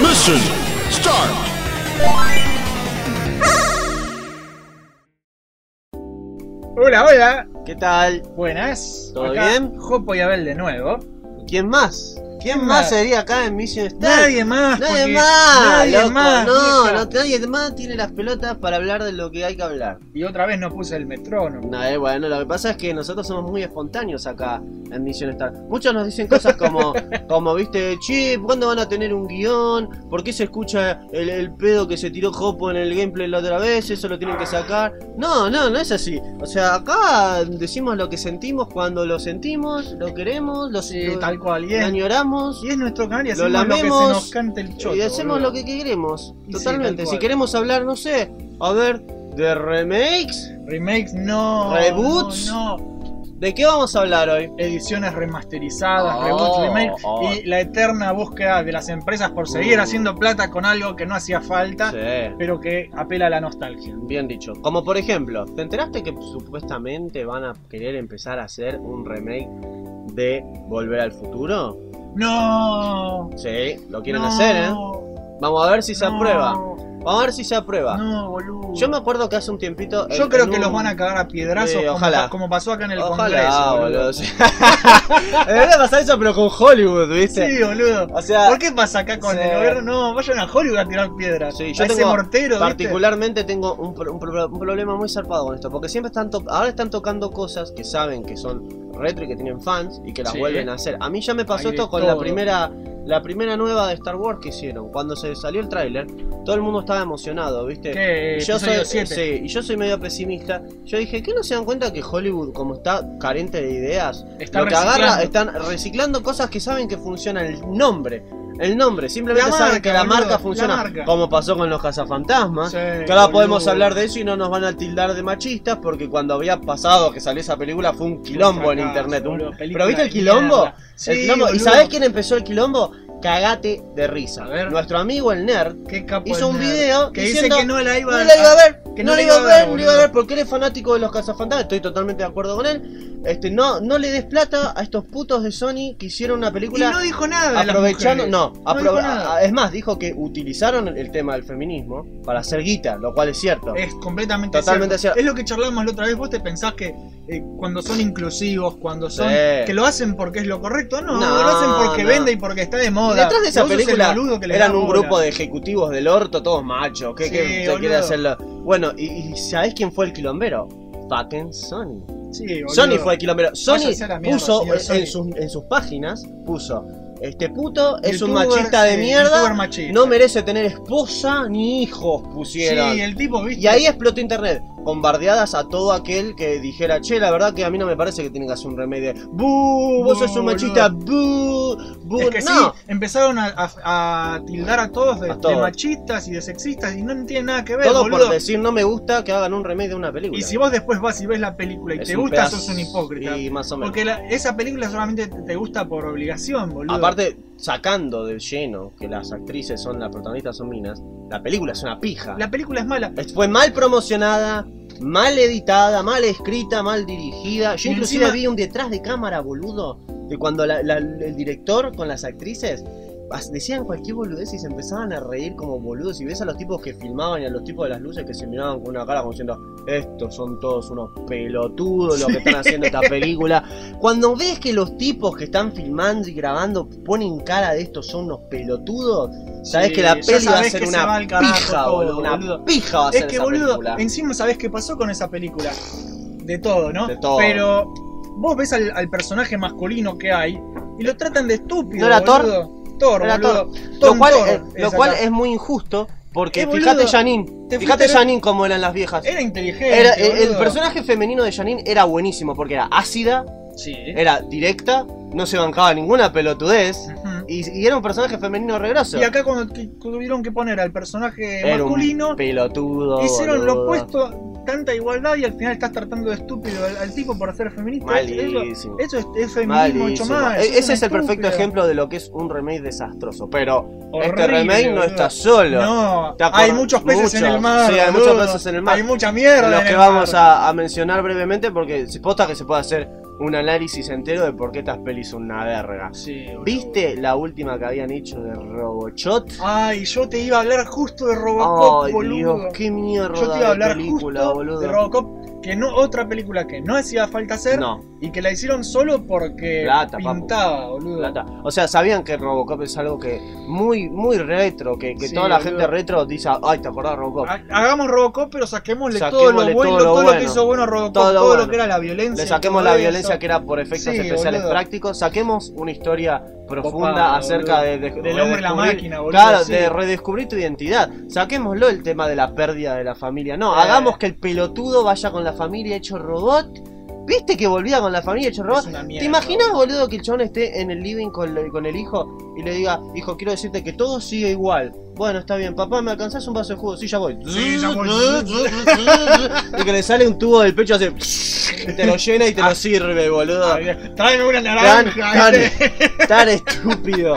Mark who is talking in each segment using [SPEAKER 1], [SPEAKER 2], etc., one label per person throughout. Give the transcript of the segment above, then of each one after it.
[SPEAKER 1] Mission start.
[SPEAKER 2] Hola, hola.
[SPEAKER 3] ¿Qué tal?
[SPEAKER 2] Buenas.
[SPEAKER 3] ¿Todo
[SPEAKER 2] Acá,
[SPEAKER 3] bien?
[SPEAKER 2] Jopo y Abel de nuevo.
[SPEAKER 3] ¿Quién más? ¿Quién
[SPEAKER 2] ¿Quién
[SPEAKER 3] más
[SPEAKER 2] más?
[SPEAKER 3] sería acá en Mission Star?
[SPEAKER 2] Nadie más.
[SPEAKER 3] Nadie
[SPEAKER 2] porque-
[SPEAKER 3] más,
[SPEAKER 2] Nadie
[SPEAKER 3] loco,
[SPEAKER 2] más.
[SPEAKER 3] No,
[SPEAKER 2] hija.
[SPEAKER 3] no, nadie más tiene las pelotas para hablar de lo que hay que hablar.
[SPEAKER 2] Y otra vez no puse el metrónomo.
[SPEAKER 3] No, eh, bueno, lo que pasa es que nosotros somos muy espontáneos acá en Mission Star. Muchos nos dicen cosas como, como viste, che, ¿cuándo van a tener un guión? ¿Por qué se escucha el, el pedo que se tiró Jopo en el gameplay la otra vez? ¿Eso lo tienen que sacar? No, no, no es así. O sea, acá decimos lo que sentimos cuando lo sentimos, lo queremos, lo,
[SPEAKER 2] Sí,
[SPEAKER 3] lo-
[SPEAKER 2] tal cual. Y
[SPEAKER 3] lo
[SPEAKER 2] es,
[SPEAKER 3] añoramos.
[SPEAKER 2] y es nuestro canal y
[SPEAKER 3] Lo
[SPEAKER 2] hacemos lo que se
[SPEAKER 3] lamemos
[SPEAKER 2] nos cante el choto.
[SPEAKER 3] y hacemos
[SPEAKER 2] boludo.
[SPEAKER 3] lo que queremos,
[SPEAKER 2] Y sí,
[SPEAKER 3] totalmente.
[SPEAKER 2] tal
[SPEAKER 3] si
[SPEAKER 2] cual.
[SPEAKER 3] queremos hablar, no sé, a ver, de remakes,
[SPEAKER 2] Remakes no.
[SPEAKER 3] Reboots.
[SPEAKER 2] No, no.
[SPEAKER 3] ¿de qué vamos a hablar hoy?
[SPEAKER 2] Ediciones remasterizadas,
[SPEAKER 3] Oh,
[SPEAKER 2] reboots, remakes.
[SPEAKER 3] oh.
[SPEAKER 2] Y la eterna búsqueda de las empresas por seguir
[SPEAKER 3] Uh.
[SPEAKER 2] haciendo plata con algo que no hacía falta,
[SPEAKER 3] Sí,
[SPEAKER 2] pero que apela a la nostalgia.
[SPEAKER 3] bien dicho. Como por ejemplo, ¿te enteraste que supuestamente van a querer empezar a hacer un remake de Volver al Futuro?
[SPEAKER 2] No.
[SPEAKER 3] Sí, lo quieren
[SPEAKER 2] no,
[SPEAKER 3] hacer, ¿eh? Vamos a ver si se
[SPEAKER 2] no,
[SPEAKER 3] aprueba. Vamos a ver si se aprueba.
[SPEAKER 2] No, boludo.
[SPEAKER 3] Yo me acuerdo que hace un tiempito.
[SPEAKER 2] Yo
[SPEAKER 3] en-
[SPEAKER 2] creo
[SPEAKER 3] en
[SPEAKER 2] que los
[SPEAKER 3] un-
[SPEAKER 2] van a cagar a piedrazos
[SPEAKER 3] Sí,
[SPEAKER 2] como,
[SPEAKER 3] ojalá.
[SPEAKER 2] pa- como pasó acá en el
[SPEAKER 3] Ojalá,
[SPEAKER 2] Congreso. boludo.
[SPEAKER 3] boludo. sí. Debería pasar eso, pero con Hollywood, ¿viste?
[SPEAKER 2] Sí, boludo.
[SPEAKER 3] O sea,
[SPEAKER 2] ¿Por qué pasa acá con
[SPEAKER 3] Ah, sí.
[SPEAKER 2] el gobierno? No, vayan a Hollywood a tirar piedras.
[SPEAKER 3] Sí, yo
[SPEAKER 2] a ese
[SPEAKER 3] tengo
[SPEAKER 2] mortero,
[SPEAKER 3] particularmente tengo un, pro- un pro- un problema muy zarpado con esto, porque siempre están to- ahora están tocando cosas que saben que son retro y que tienen fans y que las
[SPEAKER 2] Sí.
[SPEAKER 3] vuelven a hacer. A mí ya me pasó
[SPEAKER 2] Hay de
[SPEAKER 3] esto con la
[SPEAKER 2] todo.
[SPEAKER 3] primera la primera nueva de Star Wars que hicieron. Cuando se salió el tráiler, todo el mundo estaba emocionado, ¿viste?
[SPEAKER 2] ¿viste? ¿Qué?
[SPEAKER 3] Y yo soy,
[SPEAKER 2] Episodio siete.
[SPEAKER 3] sí, y yo soy medio pesimista. Yo dije, ¿qué no se dan cuenta que Hollywood, como está carente de ideas,
[SPEAKER 2] Está
[SPEAKER 3] lo que
[SPEAKER 2] reciclando.
[SPEAKER 3] agarra están reciclando cosas que saben que funcionan? El nombre, el nombre, simplemente
[SPEAKER 2] La
[SPEAKER 3] saben
[SPEAKER 2] marca,
[SPEAKER 3] que la
[SPEAKER 2] boludo,
[SPEAKER 3] marca
[SPEAKER 2] la
[SPEAKER 3] funciona,
[SPEAKER 2] marca.
[SPEAKER 3] como pasó con los cazafantasmas.
[SPEAKER 2] Sí,
[SPEAKER 3] Que ahora
[SPEAKER 2] boludo.
[SPEAKER 3] podemos hablar de eso y no nos van a tildar de machistas porque cuando había pasado que salió esa película fue un quilombo en
[SPEAKER 2] Fracaso,
[SPEAKER 3] internet. un-
[SPEAKER 2] boludo, película
[SPEAKER 3] ¿Pero viste el
[SPEAKER 2] de
[SPEAKER 3] quilombo?
[SPEAKER 2] mierda. Sí,
[SPEAKER 3] El quilombo. ¿Y
[SPEAKER 2] boludo.
[SPEAKER 3] sabés quién empezó el quilombo? Cagate de risa.
[SPEAKER 2] A ver.
[SPEAKER 3] Nuestro amigo el nerd
[SPEAKER 2] Qué capo
[SPEAKER 3] hizo
[SPEAKER 2] el
[SPEAKER 3] un
[SPEAKER 2] nerd.
[SPEAKER 3] video
[SPEAKER 2] que
[SPEAKER 3] diciendo-
[SPEAKER 2] dice que no la iba,
[SPEAKER 3] no la iba a ver,
[SPEAKER 2] ah, que
[SPEAKER 3] no, la iba a ver, no la iba a ver, porque él es fanático de los cazafantasmas, estoy totalmente de acuerdo con él. Este, no, no le des plata a estos putos de Sony que hicieron una
[SPEAKER 2] Y
[SPEAKER 3] película
[SPEAKER 2] no dijo nada. de las
[SPEAKER 3] aprovechando,
[SPEAKER 2] mujeres.
[SPEAKER 3] no, apro-
[SPEAKER 2] dijo nada.
[SPEAKER 3] a- es más, dijo que utilizaron el- el tema del feminismo para hacer guita, lo cual es cierto.
[SPEAKER 2] Es completamente
[SPEAKER 3] Totalmente cierto.
[SPEAKER 2] Es lo que charlamos la otra vez. ¿Vos te pensás que eh, cuando son inclusivos, cuando son.
[SPEAKER 3] Sí.
[SPEAKER 2] que lo hacen porque es lo correcto?
[SPEAKER 3] No,
[SPEAKER 2] No, lo hacen porque
[SPEAKER 3] no.
[SPEAKER 2] vende y porque está de moda.
[SPEAKER 3] Detrás de esa
[SPEAKER 2] Vos sos el
[SPEAKER 3] película
[SPEAKER 2] boludo que le
[SPEAKER 3] eran
[SPEAKER 2] da
[SPEAKER 3] un
[SPEAKER 2] bola.
[SPEAKER 3] grupo de ejecutivos del orto, todos machos, que,
[SPEAKER 2] Sí,
[SPEAKER 3] que se
[SPEAKER 2] boludo.
[SPEAKER 3] quiere hacerlo. Bueno, y, y ¿sabés quién fue el quilombero? Fucking Sony.
[SPEAKER 2] Sí, boludo.
[SPEAKER 3] Sony fue el quilombero. Sony
[SPEAKER 2] Váyase a la mierda,
[SPEAKER 3] puso
[SPEAKER 2] señor
[SPEAKER 3] eh,
[SPEAKER 2] Sony.
[SPEAKER 3] en, sus, en sus páginas, puso, este puto es un
[SPEAKER 2] Youtuber,
[SPEAKER 3] machista de
[SPEAKER 2] sí,
[SPEAKER 3] mierda,
[SPEAKER 2] youtuber machista.
[SPEAKER 3] no merece tener esposa ni hijos,
[SPEAKER 2] Sí,
[SPEAKER 3] pusieron.
[SPEAKER 2] el tipo, viste.
[SPEAKER 3] Y ahí explotó internet, con bardeadas a todo aquel que dijera, che, la verdad que a mí no me parece que tienen que hacer un remedio. ¡Bú! ¡Vos
[SPEAKER 2] No,
[SPEAKER 3] sos un machista! ¡Bú! ¡Bú!
[SPEAKER 2] Es que
[SPEAKER 3] no.
[SPEAKER 2] sí, empezaron a, a- a tildar a todos de,
[SPEAKER 3] A
[SPEAKER 2] de
[SPEAKER 3] todos.
[SPEAKER 2] machistas y de sexistas y no tiene nada que ver,
[SPEAKER 3] Todo
[SPEAKER 2] boludo.
[SPEAKER 3] por decir no me gusta que hagan un remake de una película.
[SPEAKER 2] Y si vos después vas y ves la película y
[SPEAKER 3] Es
[SPEAKER 2] te
[SPEAKER 3] un
[SPEAKER 2] gusta,
[SPEAKER 3] pedazo-
[SPEAKER 2] sos un hipócrita.
[SPEAKER 3] Y más o menos.
[SPEAKER 2] Porque la- esa película solamente te te gusta por obligación, boludo.
[SPEAKER 3] Aparte, sacando del lleno que las actrices son, las protagonistas son minas, la película es una pija.
[SPEAKER 2] la película es mala.
[SPEAKER 3] Es- Fue mal promocionada, mal editada, mal escrita, mal dirigida. Yo
[SPEAKER 2] Y
[SPEAKER 3] inclusive
[SPEAKER 2] encima-
[SPEAKER 3] vi un detrás de cámara, boludo, de cuando la- la- el director con las actrices as- decían cualquier boludez y se empezaban a reír como boludos. Y ves a los tipos que filmaban y a los tipos de las luces que se miraban con una cara como diciendo, estos son todos unos pelotudos los que están haciendo esta película. Cuando ves que los tipos que están filmando y grabando ponen cara de estos son unos pelotudos, sabes
[SPEAKER 2] Sí,
[SPEAKER 3] que la
[SPEAKER 2] ya
[SPEAKER 3] peli va a
[SPEAKER 2] sabés
[SPEAKER 3] ser
[SPEAKER 2] que se
[SPEAKER 3] una
[SPEAKER 2] va al carajo
[SPEAKER 3] pija,
[SPEAKER 2] todo,
[SPEAKER 3] boludo. Una
[SPEAKER 2] boludo.
[SPEAKER 3] pija va a ser
[SPEAKER 2] Es que,
[SPEAKER 3] esa
[SPEAKER 2] boludo,
[SPEAKER 3] película.
[SPEAKER 2] encima sabés qué pasó con esa película. De todo, ¿no?
[SPEAKER 3] De todo.
[SPEAKER 2] Pero vos ves al, al personaje masculino que hay y lo tratan de estúpido.
[SPEAKER 3] ¿No era Thor?
[SPEAKER 2] boludo. Thor,
[SPEAKER 3] No era
[SPEAKER 2] boludo.
[SPEAKER 3] Lo
[SPEAKER 2] Tom
[SPEAKER 3] cual,
[SPEAKER 2] Thor
[SPEAKER 3] eh, lo
[SPEAKER 2] es
[SPEAKER 3] cual
[SPEAKER 2] acá.
[SPEAKER 3] es muy injusto, porque
[SPEAKER 2] Eh, boludo,
[SPEAKER 3] fíjate Janine,
[SPEAKER 2] te
[SPEAKER 3] fíjate
[SPEAKER 2] fuiste-
[SPEAKER 3] Janine cómo eran las viejas.
[SPEAKER 2] Era inteligente.
[SPEAKER 3] Era, eh, el
[SPEAKER 2] boludo.
[SPEAKER 3] personaje femenino de Janine era buenísimo, porque era ácida,
[SPEAKER 2] Sí.
[SPEAKER 3] era directa, no se bancaba ninguna pelotudez,
[SPEAKER 2] Ujú.
[SPEAKER 3] y, y era un personaje femenino regroso.
[SPEAKER 2] Y acá cuando t- tuvieron que poner al personaje
[SPEAKER 3] Era
[SPEAKER 2] masculino,
[SPEAKER 3] un pelotudo.
[SPEAKER 2] hicieron lo
[SPEAKER 3] boludo.
[SPEAKER 2] opuesto, tanta igualdad y al final estás tratando de estúpido al, al tipo por ser feminista.
[SPEAKER 3] Malísimo.
[SPEAKER 2] Eso, eso es, es feminismo hecho
[SPEAKER 3] Malísimo.
[SPEAKER 2] mal.
[SPEAKER 3] E-
[SPEAKER 2] sos
[SPEAKER 3] Ese
[SPEAKER 2] una
[SPEAKER 3] es el perfecto
[SPEAKER 2] estúpida.
[SPEAKER 3] ejemplo de lo que es un remake desastroso. Pero
[SPEAKER 2] Horrible,
[SPEAKER 3] este remake no
[SPEAKER 2] boludo.
[SPEAKER 3] está solo.
[SPEAKER 2] No,
[SPEAKER 3] Te acuerdas-
[SPEAKER 2] hay muchos peces en el
[SPEAKER 3] muchos.
[SPEAKER 2] mar.
[SPEAKER 3] Sí, hay
[SPEAKER 2] boludo.
[SPEAKER 3] muchos peces en el mar.
[SPEAKER 2] Hay mucha mierda.
[SPEAKER 3] los
[SPEAKER 2] en
[SPEAKER 3] que
[SPEAKER 2] el
[SPEAKER 3] vamos
[SPEAKER 2] mar.
[SPEAKER 3] a, a mencionar brevemente porque se posta que se puede hacer un análisis entero de por qué estas pelis son una verga.
[SPEAKER 2] Sí, boludo.
[SPEAKER 3] ¿Viste la última que habían hecho de Robochot?
[SPEAKER 2] Ay, yo te iba a hablar justo de Robocop,
[SPEAKER 3] Ay,
[SPEAKER 2] boludo.
[SPEAKER 3] Dios, qué mierda
[SPEAKER 2] yo te iba a
[SPEAKER 3] de
[SPEAKER 2] hablar
[SPEAKER 3] película,
[SPEAKER 2] justo
[SPEAKER 3] boludo.
[SPEAKER 2] de Robocop, que no otra película que no hacía falta hacer
[SPEAKER 3] No,
[SPEAKER 2] y que la hicieron solo porque
[SPEAKER 3] Plata, papu.
[SPEAKER 2] pintaba, boludo.
[SPEAKER 3] plata. O sea, sabían que Robocop es algo que muy, muy retro, que, que
[SPEAKER 2] Sí,
[SPEAKER 3] toda la
[SPEAKER 2] boludo.
[SPEAKER 3] gente retro dice, ay, ¿te acordás de Robocop?
[SPEAKER 2] Ha- Hagamos Robocop, pero saquémosle, todo
[SPEAKER 3] Saquémosle
[SPEAKER 2] lo
[SPEAKER 3] todo
[SPEAKER 2] bueno,
[SPEAKER 3] lo
[SPEAKER 2] todo, lo que
[SPEAKER 3] bueno.
[SPEAKER 2] hizo bueno Robocop,
[SPEAKER 3] Todo
[SPEAKER 2] todo,
[SPEAKER 3] lo
[SPEAKER 2] lo
[SPEAKER 3] bueno.
[SPEAKER 2] que era la violencia.
[SPEAKER 3] Le saquemos
[SPEAKER 2] todo
[SPEAKER 3] la
[SPEAKER 2] eso.
[SPEAKER 3] violencia que era por efectos
[SPEAKER 2] Sí,
[SPEAKER 3] especiales
[SPEAKER 2] boludo.
[SPEAKER 3] prácticos, saquemos una historia profunda
[SPEAKER 2] Copada,
[SPEAKER 3] acerca
[SPEAKER 2] boludo.
[SPEAKER 3] de, de-
[SPEAKER 2] Del
[SPEAKER 3] de
[SPEAKER 2] hombre y la
[SPEAKER 3] descubrir-
[SPEAKER 2] máquina, boludo,
[SPEAKER 3] Claro,
[SPEAKER 2] sí.
[SPEAKER 3] de redescubrir tu identidad. Saquémoslo el tema de la pérdida de la familia. No,
[SPEAKER 2] Eh.
[SPEAKER 3] hagamos que el pelotudo vaya con la familia hecho robot. ¿Viste que volvía con la familia hecho robot?
[SPEAKER 2] Es una mierda,
[SPEAKER 3] ¿Te imaginas, boludo, que el chabón esté en el living con, el- con el hijo y le diga, hijo, quiero decirte que todo sigue igual? Bueno, está bien, papá, ¿me alcanzás un vaso de jugo? Sí, ya voy.
[SPEAKER 2] Sí, ya voy.
[SPEAKER 3] y que le sale un tubo del pecho así, y te lo llena y te
[SPEAKER 2] Ah.
[SPEAKER 3] lo sirve, boludo.
[SPEAKER 2] Ay, Tráeme una
[SPEAKER 3] Tan,
[SPEAKER 2] naranja.
[SPEAKER 3] tan,
[SPEAKER 2] ¿viste?
[SPEAKER 3] tan estúpido,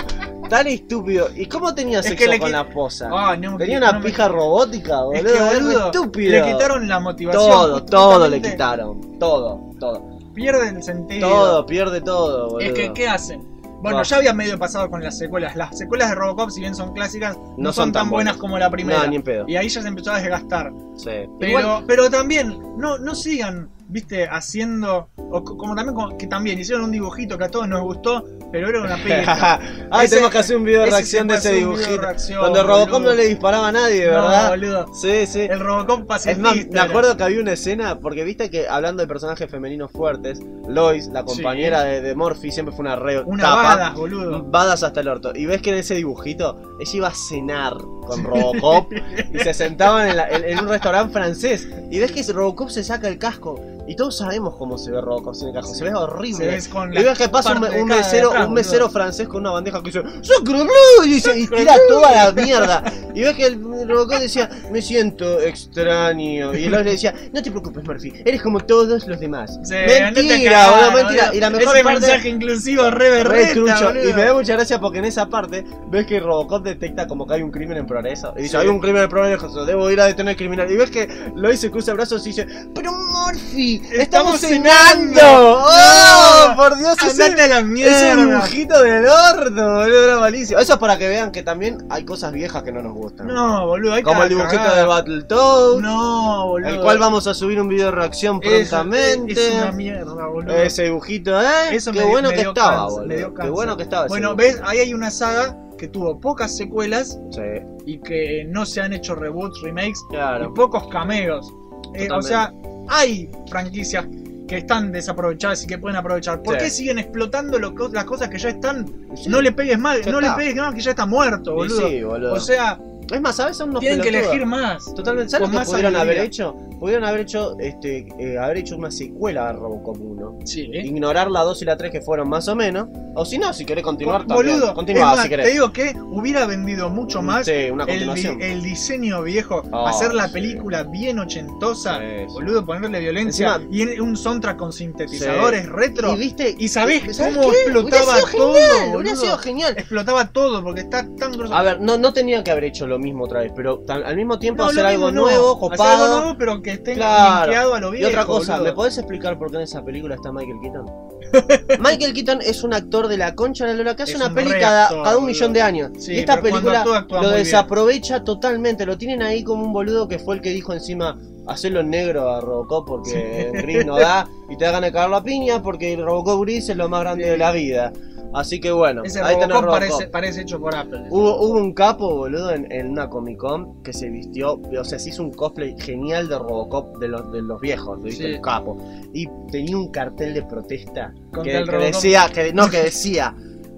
[SPEAKER 3] tan estúpido. ¿Y cómo tenía
[SPEAKER 2] Es
[SPEAKER 3] sexo
[SPEAKER 2] que le
[SPEAKER 3] con
[SPEAKER 2] qui-
[SPEAKER 3] la posa?
[SPEAKER 2] Ah, no,
[SPEAKER 3] tenía
[SPEAKER 2] que-
[SPEAKER 3] una
[SPEAKER 2] no me-
[SPEAKER 3] pija robótica, boludo.
[SPEAKER 2] Es que,
[SPEAKER 3] era
[SPEAKER 2] boludo,
[SPEAKER 3] estúpido.
[SPEAKER 2] le quitaron la motivación.
[SPEAKER 3] todo, todo le
[SPEAKER 2] justamente
[SPEAKER 3] quitaron. Todo, todo.
[SPEAKER 2] Pierde el sentido.
[SPEAKER 3] Todo, pierde todo, boludo.
[SPEAKER 2] Es que, ¿qué hacen? Bueno,
[SPEAKER 3] Va.
[SPEAKER 2] ya había medio pasado con las secuelas. Las secuelas de Robocop, si bien son clásicas, no, son, tan buenas como la primera.
[SPEAKER 3] No, ni en pedo.
[SPEAKER 2] Y ahí ya se empezó a desgastar.
[SPEAKER 3] Sí.
[SPEAKER 2] Pero,
[SPEAKER 3] Igual-
[SPEAKER 2] pero también, no, no sigan, viste, haciendo. O co- como también, como- que también hicieron un dibujito que a todos nos gustó, pero era una pija.
[SPEAKER 3] Ay,
[SPEAKER 2] Ese-
[SPEAKER 3] tenemos que hacer un video de
[SPEAKER 2] ese
[SPEAKER 3] reacción de
[SPEAKER 2] se
[SPEAKER 3] ese
[SPEAKER 2] puede hacer un video de
[SPEAKER 3] dibujito.
[SPEAKER 2] reacción,
[SPEAKER 3] Cuando Robocop
[SPEAKER 2] boludo.
[SPEAKER 3] no le disparaba a nadie,
[SPEAKER 2] No,
[SPEAKER 3] ¿verdad?
[SPEAKER 2] boludo.
[SPEAKER 3] Sí, sí.
[SPEAKER 2] El Robocop pacifista.
[SPEAKER 3] Es más, me
[SPEAKER 2] era.
[SPEAKER 3] acuerdo que había una escena, porque viste que hablando de personajes femeninos fuertes, Lois, la compañera de, de Morphy, siempre fue una re
[SPEAKER 2] Una
[SPEAKER 3] tapa.
[SPEAKER 2] badass, boludo.
[SPEAKER 3] Badas hasta el orto. Y ves que en ese dibujito ella iba a cenar con Robocop y se sentaban en, la- en- en un restaurante francés. Y ves que Robocop se saca el casco. Y todos sabemos cómo se ve Robocop sin el casco. Se ve
[SPEAKER 2] Se
[SPEAKER 3] horrible.
[SPEAKER 2] ves con
[SPEAKER 3] Y ves que pasa un,
[SPEAKER 2] parte de
[SPEAKER 3] un
[SPEAKER 2] cara de
[SPEAKER 3] mesero,
[SPEAKER 2] atrás,
[SPEAKER 3] un mesero
[SPEAKER 2] boludo.
[SPEAKER 3] francés con una bandeja que dice "Sacre bleu", y, se- y tira toda la mierda. Y ves que el Robocop decía, me siento extraño. Y el otro le decía, no te preocupes, Murphy, eres como todos los demás.
[SPEAKER 2] Sí, andate a
[SPEAKER 3] mentira,
[SPEAKER 2] cagar,
[SPEAKER 3] boludo, mentira. Y la
[SPEAKER 2] boludo.
[SPEAKER 3] mejor
[SPEAKER 2] Ese
[SPEAKER 3] parte-
[SPEAKER 2] mensaje inclusivo re
[SPEAKER 3] Re
[SPEAKER 2] berreta,
[SPEAKER 3] trucho.
[SPEAKER 2] boludo.
[SPEAKER 3] Y me da mucha gracia porque en esa parte ves que Robocop detecta como que hay un crimen en progreso. Y dice,
[SPEAKER 2] Sí.
[SPEAKER 3] hay un crimen en progreso, debo ir a detener al criminal. Y ves que Lois se cruza brazos y dice, pero Morphy, estamos,
[SPEAKER 2] Estamos
[SPEAKER 3] cenando.
[SPEAKER 2] cenando.
[SPEAKER 3] ¡Oh,
[SPEAKER 2] No.
[SPEAKER 3] por Dios!
[SPEAKER 2] Andate
[SPEAKER 3] Ese,
[SPEAKER 2] a la
[SPEAKER 3] ese
[SPEAKER 2] mierda.
[SPEAKER 3] dibujito del horno, boludo, era malísimo. Eso es para que vean que también hay cosas viejas que no nos gustan.
[SPEAKER 2] No, boludo, hay
[SPEAKER 3] como el dibujito de Battletoads,
[SPEAKER 2] No, boludo.
[SPEAKER 3] el cual vamos a subir un video de reacción
[SPEAKER 2] eh, Es-
[SPEAKER 3] prontamente.
[SPEAKER 2] Es una mierda, boludo.
[SPEAKER 3] Ese dibujito, ¿eh?
[SPEAKER 2] Eso
[SPEAKER 3] Qué
[SPEAKER 2] me dio-
[SPEAKER 3] bueno
[SPEAKER 2] me
[SPEAKER 3] que
[SPEAKER 2] dio
[SPEAKER 3] estaba,
[SPEAKER 2] cáncer, me dio
[SPEAKER 3] boludo. Qué
[SPEAKER 2] cáncer.
[SPEAKER 3] bueno que estaba. ese
[SPEAKER 2] Bueno,
[SPEAKER 3] dibujito.
[SPEAKER 2] ves, ahí hay una saga que tuvo pocas secuelas
[SPEAKER 3] Sí,
[SPEAKER 2] y que no se han hecho reboots, remakes
[SPEAKER 3] claro.
[SPEAKER 2] y pocos cameos. Eh, o
[SPEAKER 3] Totalmente.
[SPEAKER 2] sea, hay franquicias que están desaprovechadas y que pueden aprovechar. ¿Por
[SPEAKER 3] Sí.
[SPEAKER 2] qué siguen explotando lo que- las cosas que ya están?
[SPEAKER 3] Sí.
[SPEAKER 2] No le pegues mal,
[SPEAKER 3] Ya
[SPEAKER 2] no le
[SPEAKER 3] está.
[SPEAKER 2] pegues mal que ya está muerto,
[SPEAKER 3] Y
[SPEAKER 2] boludo.
[SPEAKER 3] sí, boludo.
[SPEAKER 2] O sea,
[SPEAKER 3] es más, ¿sabes? Son unos
[SPEAKER 2] tienen que
[SPEAKER 3] pelotudos.
[SPEAKER 2] elegir más.
[SPEAKER 3] Totalmente, ¿sabes lo
[SPEAKER 2] con
[SPEAKER 3] que
[SPEAKER 2] más
[SPEAKER 3] pudieron haber
[SPEAKER 2] sabiduría.
[SPEAKER 3] hecho? Pudieron haber hecho, este, eh, haber hecho una secuela a Robocop 1.
[SPEAKER 2] Sí.
[SPEAKER 3] Ignorar la 2 y la 3 que fueron más o menos. O si no, si querés continuar también.
[SPEAKER 2] Boludo,
[SPEAKER 3] Continúa,
[SPEAKER 2] es más,
[SPEAKER 3] si
[SPEAKER 2] te
[SPEAKER 3] querés.
[SPEAKER 2] digo que hubiera vendido mucho más
[SPEAKER 3] Sí, una
[SPEAKER 2] el, di-
[SPEAKER 3] continuación.
[SPEAKER 2] el diseño viejo,
[SPEAKER 3] Ah,
[SPEAKER 2] hacer la
[SPEAKER 3] sí.
[SPEAKER 2] película bien ochentosa,
[SPEAKER 3] Sí, sí.
[SPEAKER 2] boludo, ponerle violencia
[SPEAKER 3] Encima-
[SPEAKER 2] y en- un soundtrack con sintetizadores retro.
[SPEAKER 3] Y viste,
[SPEAKER 2] ¿Y sabés
[SPEAKER 3] ¿sabés
[SPEAKER 2] cómo
[SPEAKER 3] qué?
[SPEAKER 2] explotaba
[SPEAKER 3] Hubiera sido
[SPEAKER 2] todo,
[SPEAKER 3] genial, hubiera
[SPEAKER 2] boludo?
[SPEAKER 3] sido genial.
[SPEAKER 2] Explotaba todo porque está tan grosso.
[SPEAKER 3] A ver, no, no tenían que haber hecho lo mismo otra vez, pero tan- al mismo tiempo
[SPEAKER 2] No,
[SPEAKER 3] hacer
[SPEAKER 2] lo
[SPEAKER 3] algo
[SPEAKER 2] mismo no,
[SPEAKER 3] nuevo,
[SPEAKER 2] hacer
[SPEAKER 3] copado.
[SPEAKER 2] algo nuevo, pero que esté
[SPEAKER 3] Claro.
[SPEAKER 2] linkeado a lo
[SPEAKER 3] Y
[SPEAKER 2] viejo.
[SPEAKER 3] otra cosa,
[SPEAKER 2] boludo.
[SPEAKER 3] ¿me podés explicar por qué en esa película está Michael Keaton? Michael Keaton es un actor de la concha de la lora que hace
[SPEAKER 2] Es
[SPEAKER 3] una
[SPEAKER 2] un
[SPEAKER 3] peli
[SPEAKER 2] re
[SPEAKER 3] cada,
[SPEAKER 2] actor,
[SPEAKER 3] cada un
[SPEAKER 2] boludo.
[SPEAKER 3] millón de años.
[SPEAKER 2] Sí,
[SPEAKER 3] y esta
[SPEAKER 2] pero cuando
[SPEAKER 3] película
[SPEAKER 2] actúa, actúa
[SPEAKER 3] lo
[SPEAKER 2] muy bien.
[SPEAKER 3] desaprovecha totalmente. Lo tienen ahí como un boludo que fue el que dijo encima hacerlo negro a Robocop porque gris no da y te da ganas de cagar la piña porque el Robocop gris es lo más grande
[SPEAKER 2] Sí.
[SPEAKER 3] de la vida. Así que bueno,
[SPEAKER 2] Ese
[SPEAKER 3] ahí tenés
[SPEAKER 2] Robocop
[SPEAKER 3] Robocop.
[SPEAKER 2] parece, parece hecho por Apple.
[SPEAKER 3] Hubo, hubo un capo, boludo, en, en una Comic Con que se vistió, o sea, se hizo un cosplay genial de Robocop de los, de los viejos, ¿lo viste?
[SPEAKER 2] Sí.
[SPEAKER 3] El capo. Y tenía un cartel de protesta
[SPEAKER 2] Contra
[SPEAKER 3] que,
[SPEAKER 2] el
[SPEAKER 3] que
[SPEAKER 2] Robocop.
[SPEAKER 3] decía, que no, que decía,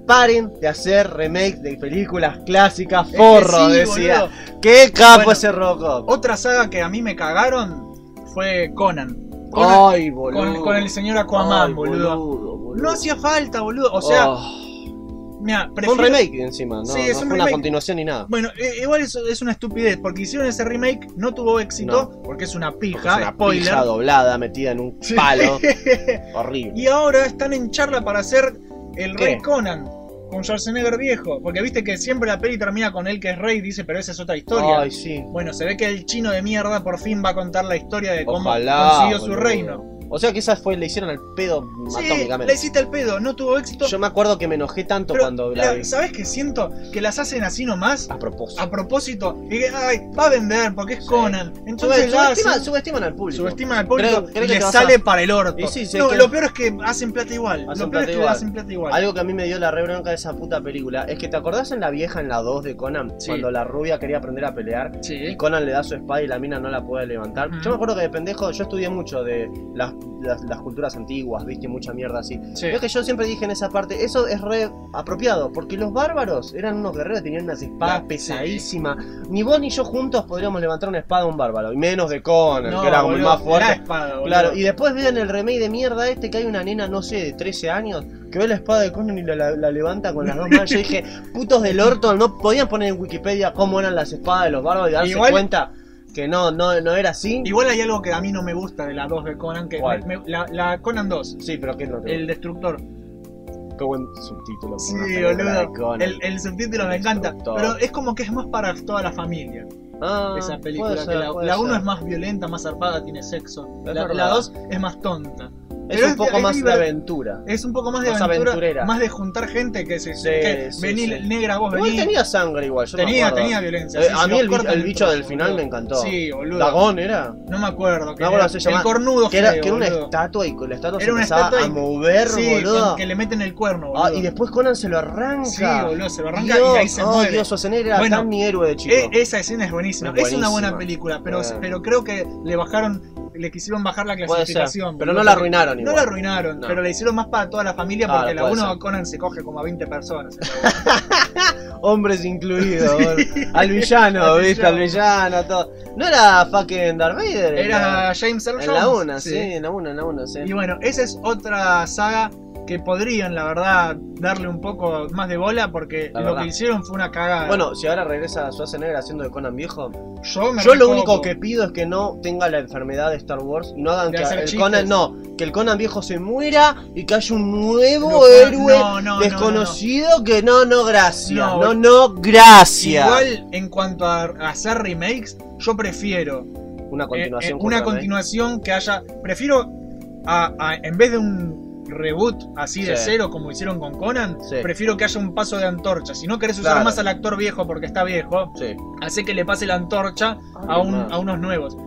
[SPEAKER 3] paren de hacer remakes de películas clásicas,
[SPEAKER 2] Es que
[SPEAKER 3] forro,
[SPEAKER 2] sí,
[SPEAKER 3] decía.
[SPEAKER 2] boludo.
[SPEAKER 3] ¡Qué capo
[SPEAKER 2] Bueno,
[SPEAKER 3] ese Robocop!
[SPEAKER 2] Otra saga que a mí me cagaron fue Conan. Conan
[SPEAKER 3] ¡Ay, boludo!
[SPEAKER 2] con, con el señor Aquaman,
[SPEAKER 3] Ay,
[SPEAKER 2] boludo.
[SPEAKER 3] boludo.
[SPEAKER 2] No hacía falta, boludo. O sea,
[SPEAKER 3] Oh,
[SPEAKER 2] mira,
[SPEAKER 3] fue un
[SPEAKER 2] prefiero.
[SPEAKER 3] remake encima, no,
[SPEAKER 2] Sí,
[SPEAKER 3] no
[SPEAKER 2] es un
[SPEAKER 3] fue una
[SPEAKER 2] remake.
[SPEAKER 3] continuación ni nada.
[SPEAKER 2] Bueno, eh, igual es, es una estupidez, porque hicieron ese remake, no tuvo éxito, porque es una
[SPEAKER 3] Porque
[SPEAKER 2] pija,
[SPEAKER 3] es una
[SPEAKER 2] spoiler.
[SPEAKER 3] pija doblada metida en un
[SPEAKER 2] Sí.
[SPEAKER 3] palo horrible.
[SPEAKER 2] y ahora están en charla para hacer el
[SPEAKER 3] ¿Qué?
[SPEAKER 2] Rey Conan con Schwarzenegger viejo. Porque viste que siempre la peli termina con él que es rey, dice, pero esa es otra historia.
[SPEAKER 3] Ay, sí.
[SPEAKER 2] Bueno, se ve que el chino de mierda por fin va a contar la historia de cómo
[SPEAKER 3] Ojalá,
[SPEAKER 2] consiguió su
[SPEAKER 3] boludo.
[SPEAKER 2] reino.
[SPEAKER 3] O sea que esa fue, le hicieron al pedo
[SPEAKER 2] Sí,
[SPEAKER 3] atómicamente.
[SPEAKER 2] la hiciste al pedo, no tuvo éxito.
[SPEAKER 3] Yo me acuerdo que me enojé tanto
[SPEAKER 2] pero,
[SPEAKER 3] cuando la
[SPEAKER 2] la-
[SPEAKER 3] vi.
[SPEAKER 2] ¿Sabes qué siento? Que las hacen así nomás,
[SPEAKER 3] A propósito.
[SPEAKER 2] a propósito, y que, ay, va a vender porque es
[SPEAKER 3] Sí.
[SPEAKER 2] Conan. Entonces
[SPEAKER 3] Sube-
[SPEAKER 2] la
[SPEAKER 3] subestiman-
[SPEAKER 2] hacen-
[SPEAKER 3] subestiman al público.
[SPEAKER 2] subestiman al público
[SPEAKER 3] Creo- creo
[SPEAKER 2] y
[SPEAKER 3] que
[SPEAKER 2] les
[SPEAKER 3] te vas
[SPEAKER 2] sale
[SPEAKER 3] a-
[SPEAKER 2] para el orto.
[SPEAKER 3] Y sí, sí,
[SPEAKER 2] no,
[SPEAKER 3] que-
[SPEAKER 2] lo peor es que hacen plata igual.
[SPEAKER 3] Hacen
[SPEAKER 2] lo peor
[SPEAKER 3] plata
[SPEAKER 2] es que
[SPEAKER 3] igual.
[SPEAKER 2] hacen plata igual.
[SPEAKER 3] Algo que a mí me dio la re bronca de esa puta película es que te acordás en la vieja, en la 2 de Conan,
[SPEAKER 2] Sí.
[SPEAKER 3] cuando la rubia quería aprender a pelear y
[SPEAKER 2] Sí.
[SPEAKER 3] Conan le da su espada y la mina no la puede levantar.
[SPEAKER 2] Ujú.
[SPEAKER 3] Yo me acuerdo que de pendejo, yo estudié mucho de las, las- las culturas antiguas, viste, mucha mierda así.
[SPEAKER 2] sí.
[SPEAKER 3] Lo que yo siempre dije en esa parte, eso es re apropiado, porque los bárbaros eran unos guerreros, tenían unas espadas
[SPEAKER 2] Ah,
[SPEAKER 3] pesadísimas. Ni vos ni yo juntos podríamos levantar una espada a un bárbaro, y menos de Conan, que era como el
[SPEAKER 2] boludo,
[SPEAKER 3] más fuerte.
[SPEAKER 2] la espada, boludo.
[SPEAKER 3] Claro, y después vean el remake de mierda este que hay una nena, no sé, de 13 años, que ve la espada de Conan y la, la- la levanta con las dos manos. Yo dije, putos del orto, no podían poner en Wikipedia cómo eran las espadas de los bárbaros y darse
[SPEAKER 2] Igual-
[SPEAKER 3] cuenta que no, no, no era así.
[SPEAKER 2] Igual hay algo que a mí no me gusta de la 2 de Conan, que
[SPEAKER 3] ¿Cuál?
[SPEAKER 2] me- me- la, la Conan 2,
[SPEAKER 3] Sí, pero qué no te
[SPEAKER 2] el destructor.
[SPEAKER 3] Qué buen subtítulo.
[SPEAKER 2] Sí,
[SPEAKER 3] una película de
[SPEAKER 2] boludo.
[SPEAKER 3] Conan.
[SPEAKER 2] El, el subtítulo
[SPEAKER 3] El
[SPEAKER 2] me encanta.
[SPEAKER 3] destructor.
[SPEAKER 2] Pero es como que es más para toda la familia.
[SPEAKER 3] Ah,
[SPEAKER 2] esa película.
[SPEAKER 3] puede
[SPEAKER 2] que
[SPEAKER 3] ser,
[SPEAKER 2] la-
[SPEAKER 3] puede
[SPEAKER 2] la 1
[SPEAKER 3] ser.
[SPEAKER 2] es más violenta, más zarpada, tiene sexo.
[SPEAKER 3] Es
[SPEAKER 2] La-
[SPEAKER 3] verdad.
[SPEAKER 2] la 2 es más tonta.
[SPEAKER 3] Es
[SPEAKER 2] pero
[SPEAKER 3] un
[SPEAKER 2] es-
[SPEAKER 3] poco
[SPEAKER 2] es
[SPEAKER 3] más de
[SPEAKER 2] liber-
[SPEAKER 3] aventura.
[SPEAKER 2] Es un poco más de
[SPEAKER 3] Más
[SPEAKER 2] aventura,
[SPEAKER 3] aventurera.
[SPEAKER 2] más de juntar gente que se.
[SPEAKER 3] Sí,
[SPEAKER 2] que
[SPEAKER 3] sí,
[SPEAKER 2] vení,
[SPEAKER 3] sí.
[SPEAKER 2] negra, vos
[SPEAKER 3] Igual
[SPEAKER 2] vení.
[SPEAKER 3] tenía sangre igual, yo me
[SPEAKER 2] tenía,
[SPEAKER 3] acuerdo.
[SPEAKER 2] tenía violencia.
[SPEAKER 3] Eh,
[SPEAKER 2] sí,
[SPEAKER 3] a
[SPEAKER 2] sí,
[SPEAKER 3] mí
[SPEAKER 2] los
[SPEAKER 3] el, bi-
[SPEAKER 2] cortan
[SPEAKER 3] el
[SPEAKER 2] en
[SPEAKER 3] bicho del
[SPEAKER 2] trozos,
[SPEAKER 3] final
[SPEAKER 2] boludo.
[SPEAKER 3] me encantó.
[SPEAKER 2] Sí, boludo.
[SPEAKER 3] Dagón era.
[SPEAKER 2] No me acuerdo. que
[SPEAKER 3] No me acuerdo
[SPEAKER 2] era-
[SPEAKER 3] se llamaba-
[SPEAKER 2] El cornudo
[SPEAKER 3] Que era,
[SPEAKER 2] feo,
[SPEAKER 3] que era una
[SPEAKER 2] boludo.
[SPEAKER 3] estatua y con la estatua se
[SPEAKER 2] Era una
[SPEAKER 3] empezaba
[SPEAKER 2] estatua
[SPEAKER 3] a
[SPEAKER 2] y-
[SPEAKER 3] mover,
[SPEAKER 2] Sí,
[SPEAKER 3] boludo.
[SPEAKER 2] con- que le meten el cuerno, boludo.
[SPEAKER 3] Ah, y después Conan se lo arranca.
[SPEAKER 2] Sí, boludo, se lo arranca
[SPEAKER 3] Dios,
[SPEAKER 2] y ahí se
[SPEAKER 3] ay,
[SPEAKER 2] muere.
[SPEAKER 3] Dios, Schwarzenegger era
[SPEAKER 2] Bueno,
[SPEAKER 3] tan mi héroe de chico.
[SPEAKER 2] E- esa escena es buenísima.
[SPEAKER 3] Es
[SPEAKER 2] Es una buena
[SPEAKER 3] buenísima.
[SPEAKER 2] película, pero,
[SPEAKER 3] Eh.
[SPEAKER 2] pero creo que le bajaron, le quisieron bajar la
[SPEAKER 3] Puede ser,
[SPEAKER 2] clasificación.
[SPEAKER 3] pero
[SPEAKER 2] boludo,
[SPEAKER 3] no la
[SPEAKER 2] porque-
[SPEAKER 3] arruinaron
[SPEAKER 2] No
[SPEAKER 3] igual.
[SPEAKER 2] la arruinaron,
[SPEAKER 3] No.
[SPEAKER 2] pero la hicieron más para toda la familia
[SPEAKER 3] Claro,
[SPEAKER 2] porque la
[SPEAKER 3] puede
[SPEAKER 2] 1
[SPEAKER 3] ser.
[SPEAKER 2] Conan se coge como a 20 personas.
[SPEAKER 3] Hombres incluidos, boludo. al villano,
[SPEAKER 2] Al
[SPEAKER 3] viste, al villano, todo. No era fucking Darth Vader.
[SPEAKER 2] Era James Earl
[SPEAKER 3] en la
[SPEAKER 2] Jones,
[SPEAKER 3] 1, sí. en la 1, en la 1, sí.
[SPEAKER 2] Y bueno, esa es otra saga que podrían, la verdad, darle un poco más de bola porque
[SPEAKER 3] La
[SPEAKER 2] lo
[SPEAKER 3] verdad.
[SPEAKER 2] que hicieron fue una cagada.
[SPEAKER 3] Bueno, si ahora regresa Schwarzenegger haciendo de Conan viejo,
[SPEAKER 2] yo, me
[SPEAKER 3] Yo lo
[SPEAKER 2] recojo.
[SPEAKER 3] único que pido es que no tenga la enfermedad de Star Wars y no hagan
[SPEAKER 2] De
[SPEAKER 3] que
[SPEAKER 2] hacer
[SPEAKER 3] el
[SPEAKER 2] chistes.
[SPEAKER 3] Conan no, que el Conan viejo se muera y que haya un nuevo
[SPEAKER 2] No,
[SPEAKER 3] héroe
[SPEAKER 2] no, no, no,
[SPEAKER 3] desconocido que no, no gracias,
[SPEAKER 2] No,
[SPEAKER 3] no, no,
[SPEAKER 2] bol-
[SPEAKER 3] gracias.
[SPEAKER 2] Igual, en cuanto a a hacer remakes, yo prefiero
[SPEAKER 3] una
[SPEAKER 2] eh, eh,
[SPEAKER 3] continuación.
[SPEAKER 2] una
[SPEAKER 3] con Conan, ¿eh?
[SPEAKER 2] continuación que haya. Prefiero, a- a- en vez de un reboot así de
[SPEAKER 3] Sí.
[SPEAKER 2] cero como hicieron con Conan,
[SPEAKER 3] Sí.
[SPEAKER 2] prefiero que haya un paso de antorcha. Si no querés usar
[SPEAKER 3] Claro.
[SPEAKER 2] más al actor viejo porque está viejo,
[SPEAKER 3] Sí.
[SPEAKER 2] hace que le pase la antorcha a, un-
[SPEAKER 3] Ah.
[SPEAKER 2] a unos nuevos.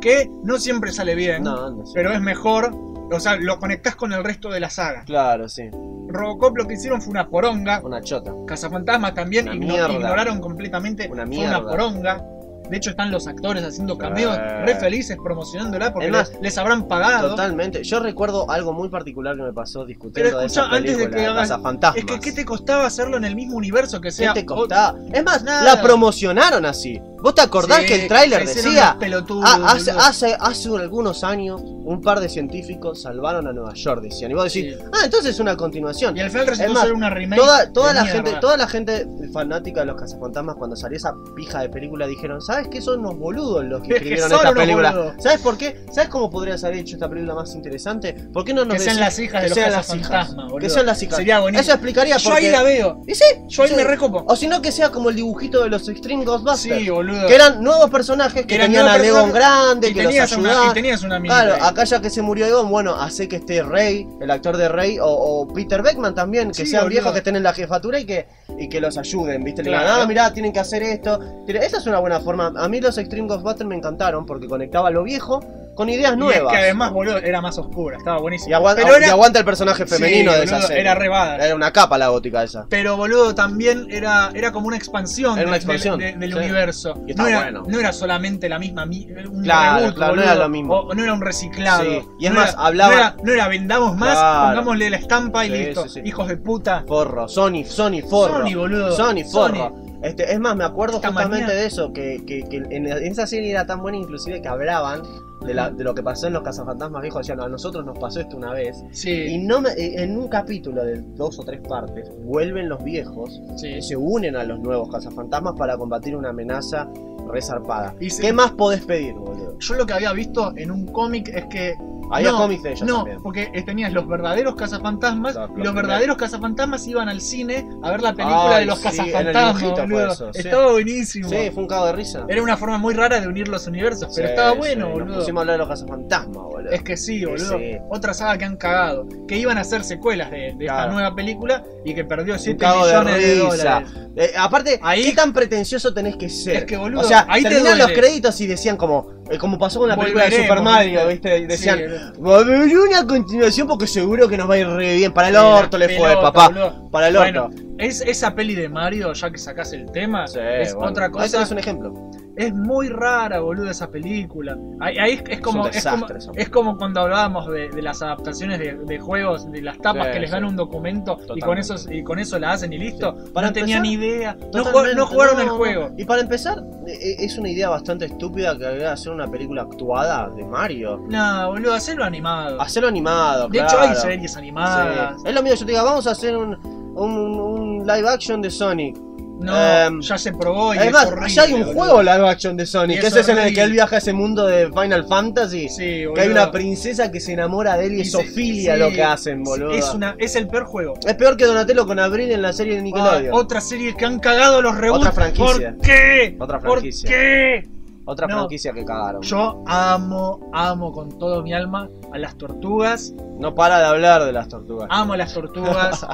[SPEAKER 2] Que no siempre sale bien,
[SPEAKER 3] No, no sé.
[SPEAKER 2] pero es mejor. O sea, lo conectás con el resto de la saga.
[SPEAKER 3] Claro, sí.
[SPEAKER 2] Robocop lo que hicieron fue una poronga.
[SPEAKER 3] Una chota.
[SPEAKER 2] Cazafantasmas también
[SPEAKER 3] Una
[SPEAKER 2] igno-
[SPEAKER 3] mierda.
[SPEAKER 2] ignoraron completamente.
[SPEAKER 3] Una
[SPEAKER 2] fue
[SPEAKER 3] mierda.
[SPEAKER 2] una poronga. De hecho, están los actores haciendo cameos,
[SPEAKER 3] Eh.
[SPEAKER 2] re felices promocionándola porque
[SPEAKER 3] Es más,
[SPEAKER 2] les, les habrán pagado.
[SPEAKER 3] Totalmente. Yo recuerdo algo muy particular que me pasó discutiendo
[SPEAKER 2] Pero
[SPEAKER 3] de esa
[SPEAKER 2] escucha, antes de
[SPEAKER 3] película,
[SPEAKER 2] que hagas-
[SPEAKER 3] Cazafantasmas.
[SPEAKER 2] Es que, ¿qué te costaba hacerlo en el mismo universo que
[SPEAKER 3] ¿Qué
[SPEAKER 2] sea?
[SPEAKER 3] te
[SPEAKER 2] o-
[SPEAKER 3] costaba? Es más,
[SPEAKER 2] Nada.
[SPEAKER 3] la promocionaron así. ¿Vos te acordás
[SPEAKER 2] Sí,
[SPEAKER 3] que el tráiler
[SPEAKER 2] se hicieron
[SPEAKER 3] decía?
[SPEAKER 2] los pelotudos,
[SPEAKER 3] Ah, hace,
[SPEAKER 2] boludo.
[SPEAKER 3] hace, hace algunos años, un par de científicos salvaron a Nueva York, decían. Y vos decís,
[SPEAKER 2] Sí.
[SPEAKER 3] ah, entonces es una continuación.
[SPEAKER 2] Y al final
[SPEAKER 3] Es
[SPEAKER 2] resultó
[SPEAKER 3] más,
[SPEAKER 2] ser una remake.
[SPEAKER 3] Toda, toda,
[SPEAKER 2] de
[SPEAKER 3] la
[SPEAKER 2] mierda.
[SPEAKER 3] gente, toda la gente fanática de los cazafantasmas, cuando salió esa pija de película, dijeron: ¿Sabes qué? Son unos boludos los que
[SPEAKER 2] Es que
[SPEAKER 3] escribieron
[SPEAKER 2] son
[SPEAKER 3] esta
[SPEAKER 2] unos
[SPEAKER 3] película.
[SPEAKER 2] boludos.
[SPEAKER 3] ¿Sabes por qué? ¿Sabes cómo podrías haber hecho esta película más interesante? ¿Por qué no nos
[SPEAKER 2] Que sean
[SPEAKER 3] decís-
[SPEAKER 2] las hijas
[SPEAKER 3] que
[SPEAKER 2] de los
[SPEAKER 3] sean las
[SPEAKER 2] cazafantasmas,
[SPEAKER 3] hijas?
[SPEAKER 2] boludo.
[SPEAKER 3] Que sean las hijas.
[SPEAKER 2] Sería bonito.
[SPEAKER 3] Eso explicaría
[SPEAKER 2] Yo
[SPEAKER 3] por
[SPEAKER 2] ahí
[SPEAKER 3] qué.
[SPEAKER 2] la veo.
[SPEAKER 3] ¿Y sí?
[SPEAKER 2] Yo ahí
[SPEAKER 3] Sí.
[SPEAKER 2] me recopo.
[SPEAKER 3] O si no, que sea como el dibujito de los Extreme Ghostbusters.
[SPEAKER 2] Sí, boludo.
[SPEAKER 3] Que eran nuevos personajes que,
[SPEAKER 2] Que eran
[SPEAKER 3] tenían a
[SPEAKER 2] nuevos
[SPEAKER 3] Legon
[SPEAKER 2] personajes
[SPEAKER 3] grande,
[SPEAKER 2] y,
[SPEAKER 3] que los
[SPEAKER 2] tenías una,
[SPEAKER 3] ayudaba.
[SPEAKER 2] y tenías una amiga
[SPEAKER 3] Claro,
[SPEAKER 2] ahí.
[SPEAKER 3] acá ya que se murió Egon, bueno, hace que esté Rey, el actor de Rey, o, o Peter Beckman también, que
[SPEAKER 2] Sí,
[SPEAKER 3] sean
[SPEAKER 2] boludo.
[SPEAKER 3] viejos, que estén en la jefatura y que, y que los ayuden, ¿viste? Le digan,
[SPEAKER 2] Claro.
[SPEAKER 3] ah, mirá, tienen que hacer esto. Pero esa es una buena forma. A mí los Extreme Ghostbusters me encantaron porque conectaba lo viejo con ideas
[SPEAKER 2] Y
[SPEAKER 3] nuevas.
[SPEAKER 2] es que además, boludo, era más oscura, estaba buenísimo.
[SPEAKER 3] y, aguan-
[SPEAKER 2] Pero
[SPEAKER 3] y aguanta el personaje femenino
[SPEAKER 2] Sí,
[SPEAKER 3] de esa
[SPEAKER 2] boludo,
[SPEAKER 3] serie. Eh.
[SPEAKER 2] Era rebada.
[SPEAKER 3] Era una capa la gótica esa.
[SPEAKER 2] Pero boludo, también era, era como una expansión,
[SPEAKER 3] Era una
[SPEAKER 2] del- del-
[SPEAKER 3] expansión,
[SPEAKER 2] de- del,
[SPEAKER 3] sí.
[SPEAKER 2] universo.
[SPEAKER 3] Y está
[SPEAKER 2] no, era,
[SPEAKER 3] bueno.
[SPEAKER 2] no era solamente la misma. mi- Un
[SPEAKER 3] Claro,
[SPEAKER 2] reboot,
[SPEAKER 3] claro, no
[SPEAKER 2] boludo,
[SPEAKER 3] era lo mismo.
[SPEAKER 2] O, o no era un reciclado.
[SPEAKER 3] Sí, y es
[SPEAKER 2] No
[SPEAKER 3] más,
[SPEAKER 2] era-
[SPEAKER 3] hablaba-
[SPEAKER 2] No era, no era vendamos más,
[SPEAKER 3] Claro.
[SPEAKER 2] pongámosle la estampa y
[SPEAKER 3] Sí,
[SPEAKER 2] listo.
[SPEAKER 3] sí, sí.
[SPEAKER 2] Hijos de puta.
[SPEAKER 3] Forro, Sony, Sony, forro.
[SPEAKER 2] Sony, boludo.
[SPEAKER 3] Sony, forro. Este, es más, me acuerdo
[SPEAKER 2] Esta
[SPEAKER 3] justamente
[SPEAKER 2] manía.
[SPEAKER 3] de eso, que, que- que en, la- en esa serie era tan buena inclusive que hablaban de, la- de lo que pasó en los cazafantasmas viejos, decían, a nosotros nos pasó esto una vez. Y
[SPEAKER 2] Sí,
[SPEAKER 3] no me- eh, en un capítulo de dos o tres partes, vuelven los viejos
[SPEAKER 2] sí.
[SPEAKER 3] y se unen a los nuevos cazafantasmas para combatir una amenaza resarpada.
[SPEAKER 2] Y se-
[SPEAKER 3] ¿Qué más podés pedir, boludo?
[SPEAKER 2] Yo lo que había visto en un cómic es que
[SPEAKER 3] Había
[SPEAKER 2] no,
[SPEAKER 3] cómics de ellos
[SPEAKER 2] No,
[SPEAKER 3] también.
[SPEAKER 2] porque eh, tenías los verdaderos
[SPEAKER 3] Los-
[SPEAKER 2] cazafantasmas y
[SPEAKER 3] los
[SPEAKER 2] los,
[SPEAKER 3] primeros.
[SPEAKER 2] verdaderos cazafantasmas iban al cine a ver la película
[SPEAKER 3] Ay,
[SPEAKER 2] de los
[SPEAKER 3] sí, era el
[SPEAKER 2] cazafantasmas.
[SPEAKER 3] dibujito, fue
[SPEAKER 2] boludo.
[SPEAKER 3] eso, sí.
[SPEAKER 2] Estaba buenísimo.
[SPEAKER 3] Sí, fue un cago de risa.
[SPEAKER 2] Era una forma muy rara de unir los universos, pero
[SPEAKER 3] Sí,
[SPEAKER 2] estaba
[SPEAKER 3] sí,
[SPEAKER 2] bueno,
[SPEAKER 3] Nos
[SPEAKER 2] boludo.
[SPEAKER 3] pusimos a hablar de los cazafantasmas, boludo.
[SPEAKER 2] Es que sí,
[SPEAKER 3] Sí,
[SPEAKER 2] boludo.
[SPEAKER 3] sí.
[SPEAKER 2] Otra saga que han cagado. Que iban a hacer secuelas de, de
[SPEAKER 3] Claro.
[SPEAKER 2] esta nueva película y que perdió 7
[SPEAKER 3] cago de
[SPEAKER 2] millones de,
[SPEAKER 3] risa.
[SPEAKER 2] dólares.
[SPEAKER 3] Eh, aparte,
[SPEAKER 2] Ahí-
[SPEAKER 3] ¿qué tan pretencioso tenés que ser?
[SPEAKER 2] Es que, boludo,
[SPEAKER 3] o sea,
[SPEAKER 2] ahí te
[SPEAKER 3] terminan los
[SPEAKER 2] duele.
[SPEAKER 3] créditos y decían como, eh, como pasó con la película de
[SPEAKER 2] Volveremos,
[SPEAKER 3] Super Mario,
[SPEAKER 2] ¿viste?
[SPEAKER 3] ¿viste? Y decían,
[SPEAKER 2] Sí, boludo.
[SPEAKER 3] va a venir una continuación porque seguro que nos va a ir re bien. Para el
[SPEAKER 2] Sí, la
[SPEAKER 3] orto le fue,
[SPEAKER 2] pelota,
[SPEAKER 3] papá.
[SPEAKER 2] boludo.
[SPEAKER 3] Para el orto.
[SPEAKER 2] Bueno, es, esa peli de Mario, ya que sacás el tema,
[SPEAKER 3] Sí,
[SPEAKER 2] es
[SPEAKER 3] bueno.
[SPEAKER 2] otra
[SPEAKER 3] Ahí
[SPEAKER 2] cosa.
[SPEAKER 3] tenés un ejemplo.
[SPEAKER 2] Es muy rara, boludo, esa película. Ahí, ahí es, es como,
[SPEAKER 3] un
[SPEAKER 2] es, como,
[SPEAKER 3] desastre eso.
[SPEAKER 2] es como cuando hablábamos de, de las adaptaciones de, de juegos, de las tapas
[SPEAKER 3] Sí,
[SPEAKER 2] que les
[SPEAKER 3] sí.
[SPEAKER 2] dan un documento y con,
[SPEAKER 3] Totalmente.
[SPEAKER 2] eso, y con eso la hacen y listo.
[SPEAKER 3] Para
[SPEAKER 2] no tenían
[SPEAKER 3] empezar,
[SPEAKER 2] idea. No, jug-
[SPEAKER 3] Totalmente,
[SPEAKER 2] no jugaron el
[SPEAKER 3] no.
[SPEAKER 2] juego.
[SPEAKER 3] Y para empezar, e- es una idea bastante estúpida que había hacer una película actuada de Mario.
[SPEAKER 2] No, boludo, hacerlo animado.
[SPEAKER 3] Hacerlo animado,
[SPEAKER 2] de hecho,
[SPEAKER 3] claro.
[SPEAKER 2] hay series animadas.
[SPEAKER 3] Sí. Es lo mío, yo te diga, vamos a hacer un, un- un live action de Sonic.
[SPEAKER 2] No,
[SPEAKER 3] Em,
[SPEAKER 2] ya se probó y es
[SPEAKER 3] Además,
[SPEAKER 2] horrible,
[SPEAKER 3] allá hay un
[SPEAKER 2] boludo.
[SPEAKER 3] juego live action de
[SPEAKER 2] Y
[SPEAKER 3] Sonic, que
[SPEAKER 2] es
[SPEAKER 3] ese es en el
[SPEAKER 2] horrible.
[SPEAKER 3] que él viaja a ese mundo de Final Fantasy.
[SPEAKER 2] Sí,
[SPEAKER 3] que hay
[SPEAKER 2] boludo.
[SPEAKER 3] una princesa que se enamora de él y
[SPEAKER 2] Y
[SPEAKER 3] es
[SPEAKER 2] se-
[SPEAKER 3] Ofilia
[SPEAKER 2] sí,
[SPEAKER 3] lo que hacen, boludo.
[SPEAKER 2] Es, una, es el peor juego.
[SPEAKER 3] Es peor que Donatello con Abril en la serie de Nickelodeon.
[SPEAKER 2] Ah, otra serie que han cagado los reboots.
[SPEAKER 3] Otra franquicia.
[SPEAKER 2] ¿Por qué?
[SPEAKER 3] Otra franquicia.
[SPEAKER 2] ¿Por qué?
[SPEAKER 3] Otra
[SPEAKER 2] no.
[SPEAKER 3] franquicia que cagaron.
[SPEAKER 2] Yo amo, amo con todo mi alma a las tortugas.
[SPEAKER 3] No para de hablar de las tortugas.
[SPEAKER 2] Amo a las tortugas.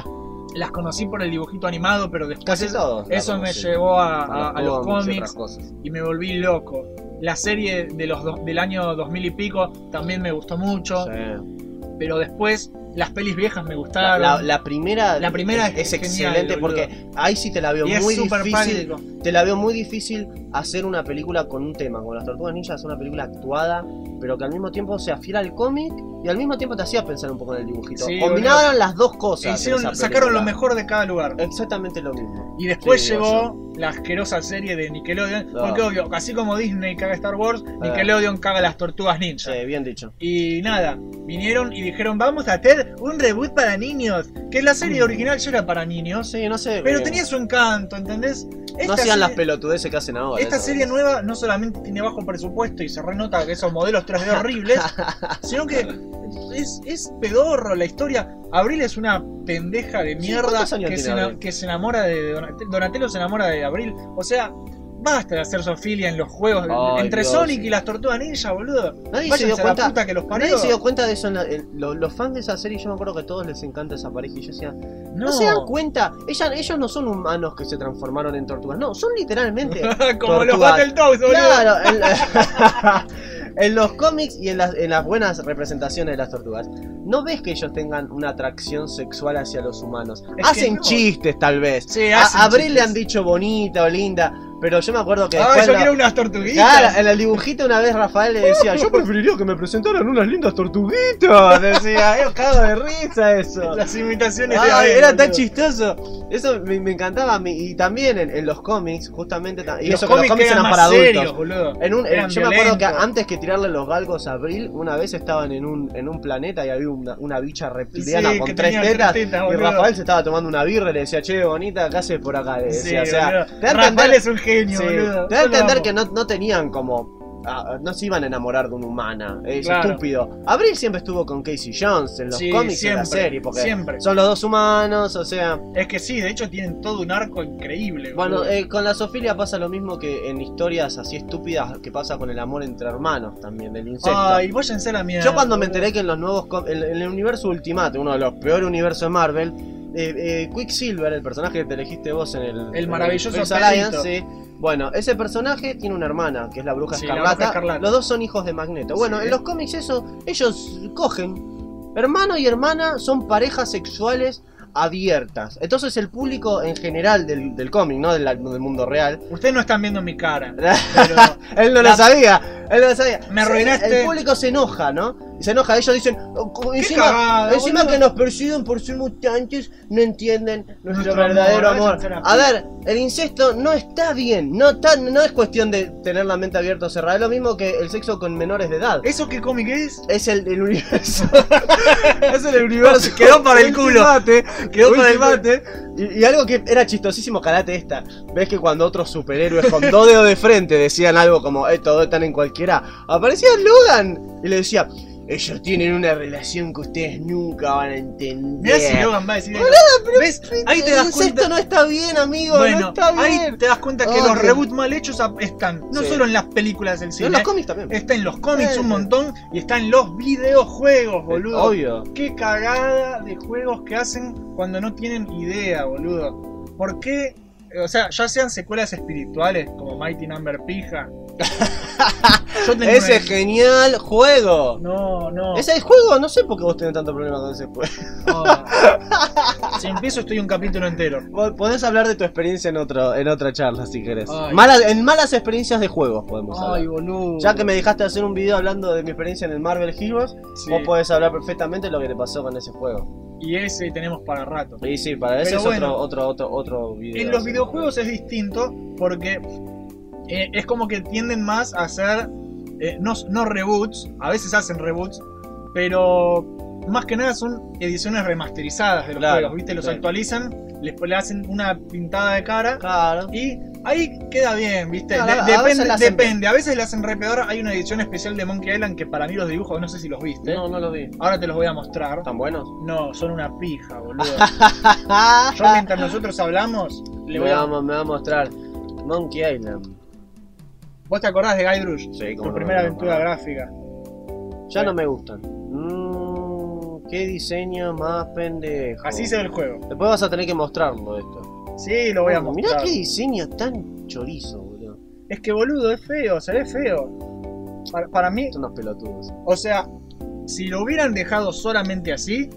[SPEAKER 2] las conocí por el dibujito animado, pero después
[SPEAKER 3] Casi
[SPEAKER 2] eso,
[SPEAKER 3] todos. la
[SPEAKER 2] eso me
[SPEAKER 3] conocen.
[SPEAKER 2] llevó a,
[SPEAKER 3] A
[SPEAKER 2] a- a los
[SPEAKER 3] cómics y otras
[SPEAKER 2] cómics
[SPEAKER 3] cosas.
[SPEAKER 2] y me volví loco. La serie de los dos- del año 2000 y pico también me gustó mucho,
[SPEAKER 3] Sí.
[SPEAKER 2] pero después las pelis viejas me
[SPEAKER 3] La,
[SPEAKER 2] gustaron.
[SPEAKER 3] la- la primera,
[SPEAKER 2] La primera
[SPEAKER 3] es,
[SPEAKER 2] es genial,
[SPEAKER 3] excelente
[SPEAKER 2] boludo.
[SPEAKER 3] porque ahí sí te la veo
[SPEAKER 2] y es
[SPEAKER 3] muy
[SPEAKER 2] súper
[SPEAKER 3] difícil
[SPEAKER 2] pálido.
[SPEAKER 3] Te la veo muy difícil hacer una película con un tema, como las Tortugas Ninjas es una película actuada, pero que al mismo tiempo sea fiel al cómic y al mismo tiempo te hacía pensar un poco en el dibujito.
[SPEAKER 2] Sí,
[SPEAKER 3] Combinaron las dos cosas. en
[SPEAKER 2] Hicieron-
[SPEAKER 3] esa película.
[SPEAKER 2] sacaron lo mejor de cada lugar.
[SPEAKER 3] Exactamente lo mismo.
[SPEAKER 2] Y después
[SPEAKER 3] Sí, digo
[SPEAKER 2] llegó la asquerosa serie de Nickelodeon.
[SPEAKER 3] No. Ah.
[SPEAKER 2] Porque obvio, así como Disney caga Star Wars, Nickelodeon caga las tortugas ninja.
[SPEAKER 3] Sí, Eh, bien dicho.
[SPEAKER 2] Y nada, vinieron y dijeron, vamos a hacer un reboot para niños. Que la serie
[SPEAKER 3] Mm.
[SPEAKER 2] original ya era para
[SPEAKER 3] No
[SPEAKER 2] niños.
[SPEAKER 3] sé, no sé.
[SPEAKER 2] Pero
[SPEAKER 3] eh,
[SPEAKER 2] tenía su encanto, ¿entendés?
[SPEAKER 3] No
[SPEAKER 2] Esta
[SPEAKER 3] hacían las
[SPEAKER 2] serie-
[SPEAKER 3] pelotudeces que hacen ahora. eh.
[SPEAKER 2] Esta
[SPEAKER 3] eso,
[SPEAKER 2] serie
[SPEAKER 3] ¿no?
[SPEAKER 2] nueva no solamente tiene bajo presupuesto y se renota que esos modelos 3D horribles, sino que es, es pedorro la historia. Abril es una pendeja de
[SPEAKER 3] Sí,
[SPEAKER 2] mierda
[SPEAKER 3] ¿cuántos años
[SPEAKER 2] que,
[SPEAKER 3] tiene
[SPEAKER 2] se, ena-
[SPEAKER 3] Abril?
[SPEAKER 2] que se enamora de Donatello, Donatello se enamora de Abril. O sea, basta de hacer zoofilia en los juegos
[SPEAKER 3] Ay,
[SPEAKER 2] entre
[SPEAKER 3] Dios.
[SPEAKER 2] Sonic y las Tortugas Ninja, boludo.
[SPEAKER 3] Nadie se
[SPEAKER 2] Váyanse
[SPEAKER 3] dio
[SPEAKER 2] a la
[SPEAKER 3] cuenta.
[SPEAKER 2] puta que los parió.
[SPEAKER 3] Nadie se dio cuenta de eso. en la- en- los, los fans de esa serie, yo me acuerdo que a todos les encanta esa pareja. Y yo decía, no, se dan cuenta. Ella- ellos no son humanos que se transformaron en tortugas. No, son literalmente
[SPEAKER 2] Como los
[SPEAKER 3] Tortugas.
[SPEAKER 2] Battletoads, boludo.
[SPEAKER 3] Claro, en, la- en los cómics y en las, en las buenas representaciones de las tortugas, no ves que ellos tengan una atracción sexual hacia los humanos.
[SPEAKER 2] que
[SPEAKER 3] hacen
[SPEAKER 2] no.
[SPEAKER 3] chistes, tal vez.
[SPEAKER 2] Sí,
[SPEAKER 3] A,
[SPEAKER 2] hacen
[SPEAKER 3] a Abril
[SPEAKER 2] chistes.
[SPEAKER 3] le han dicho bonita o linda, pero yo me acuerdo que
[SPEAKER 2] Ah,
[SPEAKER 3] después
[SPEAKER 2] yo
[SPEAKER 3] la-
[SPEAKER 2] quiero unas tortuguitas.
[SPEAKER 3] Claro, en el dibujito una vez Rafael le decía, yo preferiría que me presentaran unas lindas tortuguitas. Decía, yo cago de risa eso.
[SPEAKER 2] Las imitaciones de
[SPEAKER 3] Ah,
[SPEAKER 2] Abril,
[SPEAKER 3] era tan
[SPEAKER 2] boludo.
[SPEAKER 3] chistoso. Eso me, me encantaba a mí. Y también en, en los cómics, justamente. ta- Y
[SPEAKER 2] Los
[SPEAKER 3] eso que los
[SPEAKER 2] cómics
[SPEAKER 3] cómics
[SPEAKER 2] eran
[SPEAKER 3] eran
[SPEAKER 2] más
[SPEAKER 3] para adultos.
[SPEAKER 2] serios, boludo.
[SPEAKER 3] En un, en-
[SPEAKER 2] Eran
[SPEAKER 3] yo me acuerdo que
[SPEAKER 2] violentos.
[SPEAKER 3] antes que tirarle los galgos a Abril, una vez estaban en un, en un planeta y había una, una bicha reptiliana
[SPEAKER 2] Sí, que
[SPEAKER 3] con tres
[SPEAKER 2] tenía tres
[SPEAKER 3] tetas.
[SPEAKER 2] tetas,
[SPEAKER 3] y
[SPEAKER 2] boludo.
[SPEAKER 3] Rafael se estaba tomando una birra y le decía, che, bonita, ¿qué haces por acá? Le
[SPEAKER 2] Sí,
[SPEAKER 3] decía, o sea,
[SPEAKER 2] boludo.
[SPEAKER 3] te da a
[SPEAKER 2] Rafael
[SPEAKER 3] entender-
[SPEAKER 2] es un genio,
[SPEAKER 3] sí,
[SPEAKER 2] boludo.
[SPEAKER 3] te da a
[SPEAKER 2] Yo lo
[SPEAKER 3] entender
[SPEAKER 2] amo.
[SPEAKER 3] que no, no tenían como. ah, no se iban a enamorar de una humana, es
[SPEAKER 2] Claro.
[SPEAKER 3] estúpido. Abril siempre estuvo con Casey Jones en los
[SPEAKER 2] Sí,
[SPEAKER 3] cómics y en la
[SPEAKER 2] siempre,
[SPEAKER 3] serie, porque
[SPEAKER 2] siempre.
[SPEAKER 3] son los dos humanos, o sea.
[SPEAKER 2] Es que sí, de hecho tienen todo un arco increíble.
[SPEAKER 3] Bueno,
[SPEAKER 2] boludo.
[SPEAKER 3] eh, con la Sofilia pasa lo mismo que en historias así estúpidas que pasa con el amor entre hermanos también, del incesto.
[SPEAKER 2] Ay, váyanse a la mierda.
[SPEAKER 3] Yo cuando me
[SPEAKER 2] boludo.
[SPEAKER 3] enteré que en los nuevos com- en, en el universo Ultimate, uno de los peores universos de Marvel, eh, eh, Quicksilver, el personaje que te elegiste vos en el, en
[SPEAKER 2] maravilloso
[SPEAKER 3] Space
[SPEAKER 2] pelito.
[SPEAKER 3] Alliance, sí. bueno, ese personaje tiene una hermana, que es la bruja,
[SPEAKER 2] Sí, la
[SPEAKER 3] escarlata.
[SPEAKER 2] Bruja Escarlata.
[SPEAKER 3] Los dos son hijos de Magneto. Bueno,
[SPEAKER 2] Sí.
[SPEAKER 3] en los cómics eso, ellos cogen. Hermano y hermana son parejas sexuales abiertas. Entonces el público en general del, del cómic, ¿no? Del, del mundo real.
[SPEAKER 2] Ustedes no están viendo mi cara. Pero
[SPEAKER 3] Él no
[SPEAKER 2] La-
[SPEAKER 3] lo sabía. Él no lo sabía.
[SPEAKER 2] Me
[SPEAKER 3] Se-
[SPEAKER 2] arruinaste.
[SPEAKER 3] El público se enoja, ¿no? Se enoja. Ellos dicen. "Oh, co- encima
[SPEAKER 2] cagada,
[SPEAKER 3] encima
[SPEAKER 2] boludo".
[SPEAKER 3] que nos persiguen por ser mutantes, no entienden nuestro,
[SPEAKER 2] Nuestro
[SPEAKER 3] verdadero
[SPEAKER 2] amor,
[SPEAKER 3] amor.
[SPEAKER 2] váyanse a la
[SPEAKER 3] A ver, el incesto no está bien. No, está- no es cuestión de tener la mente abierta o cerrada. Es lo mismo que el sexo con menores de edad.
[SPEAKER 2] ¿Eso qué cómic es?
[SPEAKER 3] Es el, el universo. es el universo.
[SPEAKER 2] Quedó para el culo.
[SPEAKER 3] Ultimate,
[SPEAKER 2] Quedó para el
[SPEAKER 3] ultimate. Y, y algo que era chistosísimo, calate esta. Ves que cuando otros superhéroes con dos dedos de frente decían algo como, eh, todos están en cualquiera, aparecía Logan y le decía, Ellos tienen una relación que ustedes nunca van a entender.
[SPEAKER 2] Mirá si Logan va a decir eso. ¿Ves? Ahí te das cuenta.
[SPEAKER 3] Esto no está bien, amigo.
[SPEAKER 2] bueno,
[SPEAKER 3] no está
[SPEAKER 2] ahí
[SPEAKER 3] bien.
[SPEAKER 2] te das cuenta que
[SPEAKER 3] Oh,
[SPEAKER 2] los
[SPEAKER 3] Dios.
[SPEAKER 2] reboots mal hechos ap- están no
[SPEAKER 3] Sí.
[SPEAKER 2] solo en las películas del
[SPEAKER 3] en
[SPEAKER 2] cine,
[SPEAKER 3] los cómics también.
[SPEAKER 2] está en los cómics
[SPEAKER 3] Sí,
[SPEAKER 2] un
[SPEAKER 3] sí.
[SPEAKER 2] montón y está en los videojuegos, boludo.
[SPEAKER 3] Obvio.
[SPEAKER 2] Qué cagada de juegos que hacen cuando no tienen idea, boludo. ¿Por qué? O sea, ya sean secuelas espirituales como Mighty Number Pija. Yo tengo
[SPEAKER 3] Ese
[SPEAKER 2] una-
[SPEAKER 3] genial juego.
[SPEAKER 2] No, no.
[SPEAKER 3] Ese juego, no sé por qué vos tenés tanto problema con ese juego.
[SPEAKER 2] no. si empiezo estoy un capítulo entero.
[SPEAKER 3] Vos Podés hablar de tu experiencia en otro, en otra charla si querés.
[SPEAKER 2] Ay.
[SPEAKER 3] Malas, en malas experiencias de juegos podemos hablar.
[SPEAKER 2] boludo.
[SPEAKER 3] Ya que me dejaste hacer un video hablando de mi experiencia en el Marvel Heroes,
[SPEAKER 2] Sí.
[SPEAKER 3] vos podés hablar perfectamente lo que te pasó con ese juego.
[SPEAKER 2] Y ese tenemos para rato.
[SPEAKER 3] Y sí, para ese
[SPEAKER 2] Pero
[SPEAKER 3] es
[SPEAKER 2] bueno.
[SPEAKER 3] otro, otro, otro, otro video.
[SPEAKER 2] En los videojuegos es distinto porque eh, es como que tienden más a hacer, eh, no, no reboots, a veces hacen reboots, pero más que nada son ediciones remasterizadas de los
[SPEAKER 3] Claro,
[SPEAKER 2] juegos, ¿viste? Los
[SPEAKER 3] sí.
[SPEAKER 2] actualizan, les, le hacen una pintada de cara
[SPEAKER 3] Claro.
[SPEAKER 2] y ahí queda bien, ¿viste?
[SPEAKER 3] Claro,
[SPEAKER 2] De-
[SPEAKER 3] a- a
[SPEAKER 2] depende,
[SPEAKER 3] veces la hacen
[SPEAKER 2] depende. A veces le hacen re peor. Hay una edición especial de Monkey Island que para mí los dibujos, no sé si los viste.
[SPEAKER 3] No, no lo vi.
[SPEAKER 2] Ahora te los voy a mostrar.
[SPEAKER 3] ¿Están buenos?
[SPEAKER 2] No, son una pija, boludo. Yo
[SPEAKER 3] Yo
[SPEAKER 2] mientras nosotros hablamos,
[SPEAKER 3] me,
[SPEAKER 2] le voy a...
[SPEAKER 3] va, me va a mostrar Monkey Island.
[SPEAKER 2] ¿Vos te acordás de Guybrush?
[SPEAKER 3] Sí,
[SPEAKER 2] Tu primera aventura gráfica.
[SPEAKER 3] Ya no me gustan. Mmm, qué diseño más pendejo.
[SPEAKER 2] Así se ve el juego.
[SPEAKER 3] Después vas a tener que mostrarlo esto.
[SPEAKER 2] Sí, lo voy a
[SPEAKER 3] Mirá
[SPEAKER 2] mostrar.
[SPEAKER 3] qué diseño tan chorizo, boludo.
[SPEAKER 2] Es que boludo, es feo, se ve feo. Para, para mí,
[SPEAKER 3] Son unos pelotudos.
[SPEAKER 2] o sea, si lo hubieran dejado solamente así,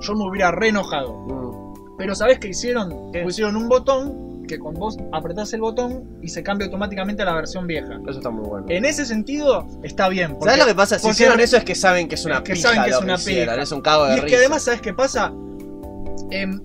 [SPEAKER 2] yo me hubiera re enojado.
[SPEAKER 3] Mm.
[SPEAKER 2] Pero ¿sabés qué hicieron?
[SPEAKER 3] ¿Qué?
[SPEAKER 2] Pusieron un botón que con vos apretás el botón y se cambia automáticamente a la versión vieja.
[SPEAKER 3] Eso está muy bueno.
[SPEAKER 2] En ese sentido, está bien. Eh, porque-
[SPEAKER 3] ¿Sabes lo que pasa? Si
[SPEAKER 2] porque-
[SPEAKER 3] hicieron eso es que saben que es una
[SPEAKER 2] es que
[SPEAKER 3] pija
[SPEAKER 2] saben que
[SPEAKER 3] lo
[SPEAKER 2] es una
[SPEAKER 3] hicieron,
[SPEAKER 2] pija.
[SPEAKER 3] Es un cago de
[SPEAKER 2] Y es
[SPEAKER 3] risa.
[SPEAKER 2] que además, ¿sabes qué pasa? Em,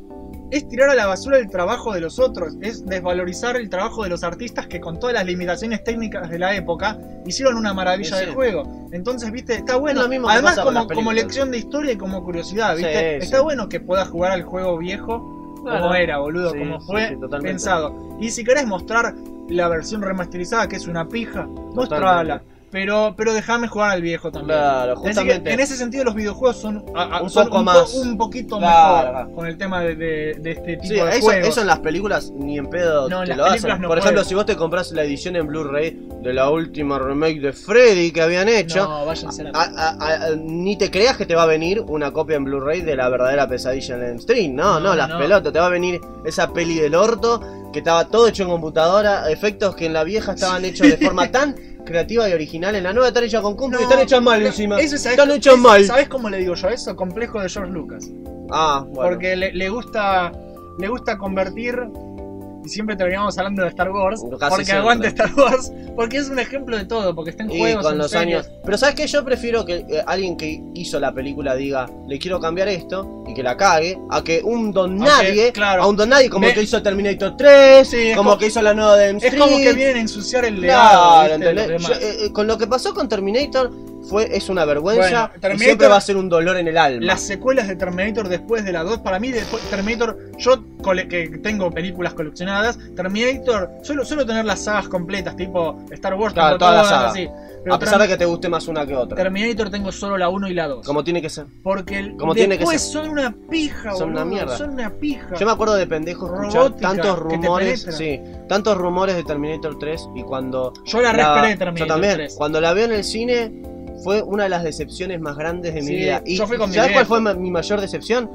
[SPEAKER 2] es tirar a la basura el trabajo de los otros, es desvalorizar el trabajo de los artistas que con todas las limitaciones técnicas de la época hicieron una maravilla
[SPEAKER 3] Sí, sí.
[SPEAKER 2] de juego. Entonces, viste, está bueno.
[SPEAKER 3] lo mismo que
[SPEAKER 2] Además,
[SPEAKER 3] pasa con
[SPEAKER 2] como,
[SPEAKER 3] las
[SPEAKER 2] como
[SPEAKER 3] películas.
[SPEAKER 2] lección de historia y como curiosidad, viste,
[SPEAKER 3] Sí,
[SPEAKER 2] está
[SPEAKER 3] sí.
[SPEAKER 2] bueno que puedas jugar al juego viejo como
[SPEAKER 3] Claro.
[SPEAKER 2] era, boludo,
[SPEAKER 3] Sí,
[SPEAKER 2] como
[SPEAKER 3] sí,
[SPEAKER 2] fue
[SPEAKER 3] sí, totalmente.
[SPEAKER 2] pensado. Y si querés mostrar la versión remasterizada, que es una pija, mostrala. Pero, pero déjame jugar al viejo también.
[SPEAKER 3] Claro,
[SPEAKER 2] Así que,
[SPEAKER 3] justamente.
[SPEAKER 2] en ese sentido los videojuegos son a- a-
[SPEAKER 3] Un
[SPEAKER 2] son
[SPEAKER 3] poco
[SPEAKER 2] po-
[SPEAKER 3] más.
[SPEAKER 2] un poquito
[SPEAKER 3] Claro,
[SPEAKER 2] mejor
[SPEAKER 3] claro.
[SPEAKER 2] con el tema de, de- de este tipo
[SPEAKER 3] Sí,
[SPEAKER 2] de
[SPEAKER 3] eso,
[SPEAKER 2] juegos.
[SPEAKER 3] eso en las películas ni en pedo
[SPEAKER 2] No,
[SPEAKER 3] te
[SPEAKER 2] en las
[SPEAKER 3] lo
[SPEAKER 2] películas
[SPEAKER 3] hacen.
[SPEAKER 2] no
[SPEAKER 3] Por ejemplo,
[SPEAKER 2] pueden.
[SPEAKER 3] si vos te compras la edición en Blu-ray de la última remake de Freddy que habían hecho, Ah,
[SPEAKER 2] no, váyanse a la
[SPEAKER 3] a- a- a- ni te creas que te va a venir una copia en Blu-ray de la verdadera pesadilla en el stream. No, no,
[SPEAKER 2] No,
[SPEAKER 3] las
[SPEAKER 2] no.
[SPEAKER 3] pelotas. Te va a venir esa peli del orto que estaba todo hecho en computadora, efectos que en la vieja estaban hechos de forma tan creativa y original. En la nueva están hechas con compu y
[SPEAKER 2] No,
[SPEAKER 3] están hechas mal
[SPEAKER 2] no,
[SPEAKER 3] encima.
[SPEAKER 2] Eso, ¿sabes,
[SPEAKER 3] están hechas mal.
[SPEAKER 2] ¿Sabes cómo le digo yo a eso? Complejo de George Lucas.
[SPEAKER 3] Ah, bueno.
[SPEAKER 2] Porque le, le gusta le gusta convertir y siempre terminamos hablando de Star Wars,
[SPEAKER 3] Casi
[SPEAKER 2] porque
[SPEAKER 3] siempre.
[SPEAKER 2] aguante Star Wars, porque es un ejemplo de todo, porque está en
[SPEAKER 3] Y
[SPEAKER 2] juegos,
[SPEAKER 3] con
[SPEAKER 2] en
[SPEAKER 3] los
[SPEAKER 2] series.
[SPEAKER 3] años. Pero sabes que yo prefiero que eh, alguien que hizo la película diga, le quiero cambiar esto y que la cague, a que un don
[SPEAKER 2] A que,
[SPEAKER 3] nadie,
[SPEAKER 2] claro.
[SPEAKER 3] a un don nadie como
[SPEAKER 2] Ve-
[SPEAKER 3] el que hizo Terminator 3,
[SPEAKER 2] Sí, es
[SPEAKER 3] como,
[SPEAKER 2] como-
[SPEAKER 3] que hizo la nueva de M
[SPEAKER 2] Es como que vienen a ensuciar el legado.
[SPEAKER 3] Claro,
[SPEAKER 2] ¿viste? de los
[SPEAKER 3] ¿entendés?
[SPEAKER 2] demás.
[SPEAKER 3] Yo, eh, eh, con lo que pasó con Terminator fue es una vergüenza
[SPEAKER 2] Bueno,
[SPEAKER 3] y
[SPEAKER 2] Terminator-
[SPEAKER 3] siempre va a ser un dolor en el alma.
[SPEAKER 2] Las secuelas de Terminator después de la 2, para mí después Terminator, yo cole- que tengo películas coleccionadas, Terminator, suelo, suelo tener las sagas completas, tipo Star Wars,
[SPEAKER 3] Claro,
[SPEAKER 2] tengo
[SPEAKER 3] toda la saga.
[SPEAKER 2] así. Pero
[SPEAKER 3] a pesar
[SPEAKER 2] Term-
[SPEAKER 3] de que te guste más una que otra.
[SPEAKER 2] Terminator tengo solo la 1 y la 2.
[SPEAKER 3] Como tiene que ser.
[SPEAKER 2] Porque el-
[SPEAKER 3] como tiene que
[SPEAKER 2] después son una pija,
[SPEAKER 3] Son una
[SPEAKER 2] boludo,
[SPEAKER 3] mierda.
[SPEAKER 2] Son una pija.
[SPEAKER 3] Yo me acuerdo de pendejo escuchar
[SPEAKER 2] Robótica,
[SPEAKER 3] tantos
[SPEAKER 2] que te
[SPEAKER 3] rumores,
[SPEAKER 2] penetra.
[SPEAKER 3] sí, tantos rumores de Terminator 3 y cuando
[SPEAKER 2] Yo la
[SPEAKER 3] La-
[SPEAKER 2] resperé Terminator
[SPEAKER 3] Yo también.
[SPEAKER 2] 3.
[SPEAKER 3] Cuando la veo en el cine fue una de las decepciones más grandes de
[SPEAKER 2] Sí,
[SPEAKER 3] mi vida.
[SPEAKER 2] yo fui con mi
[SPEAKER 3] ¿Sabes cuál
[SPEAKER 2] viejo.
[SPEAKER 3] fue ma- mi mayor decepción?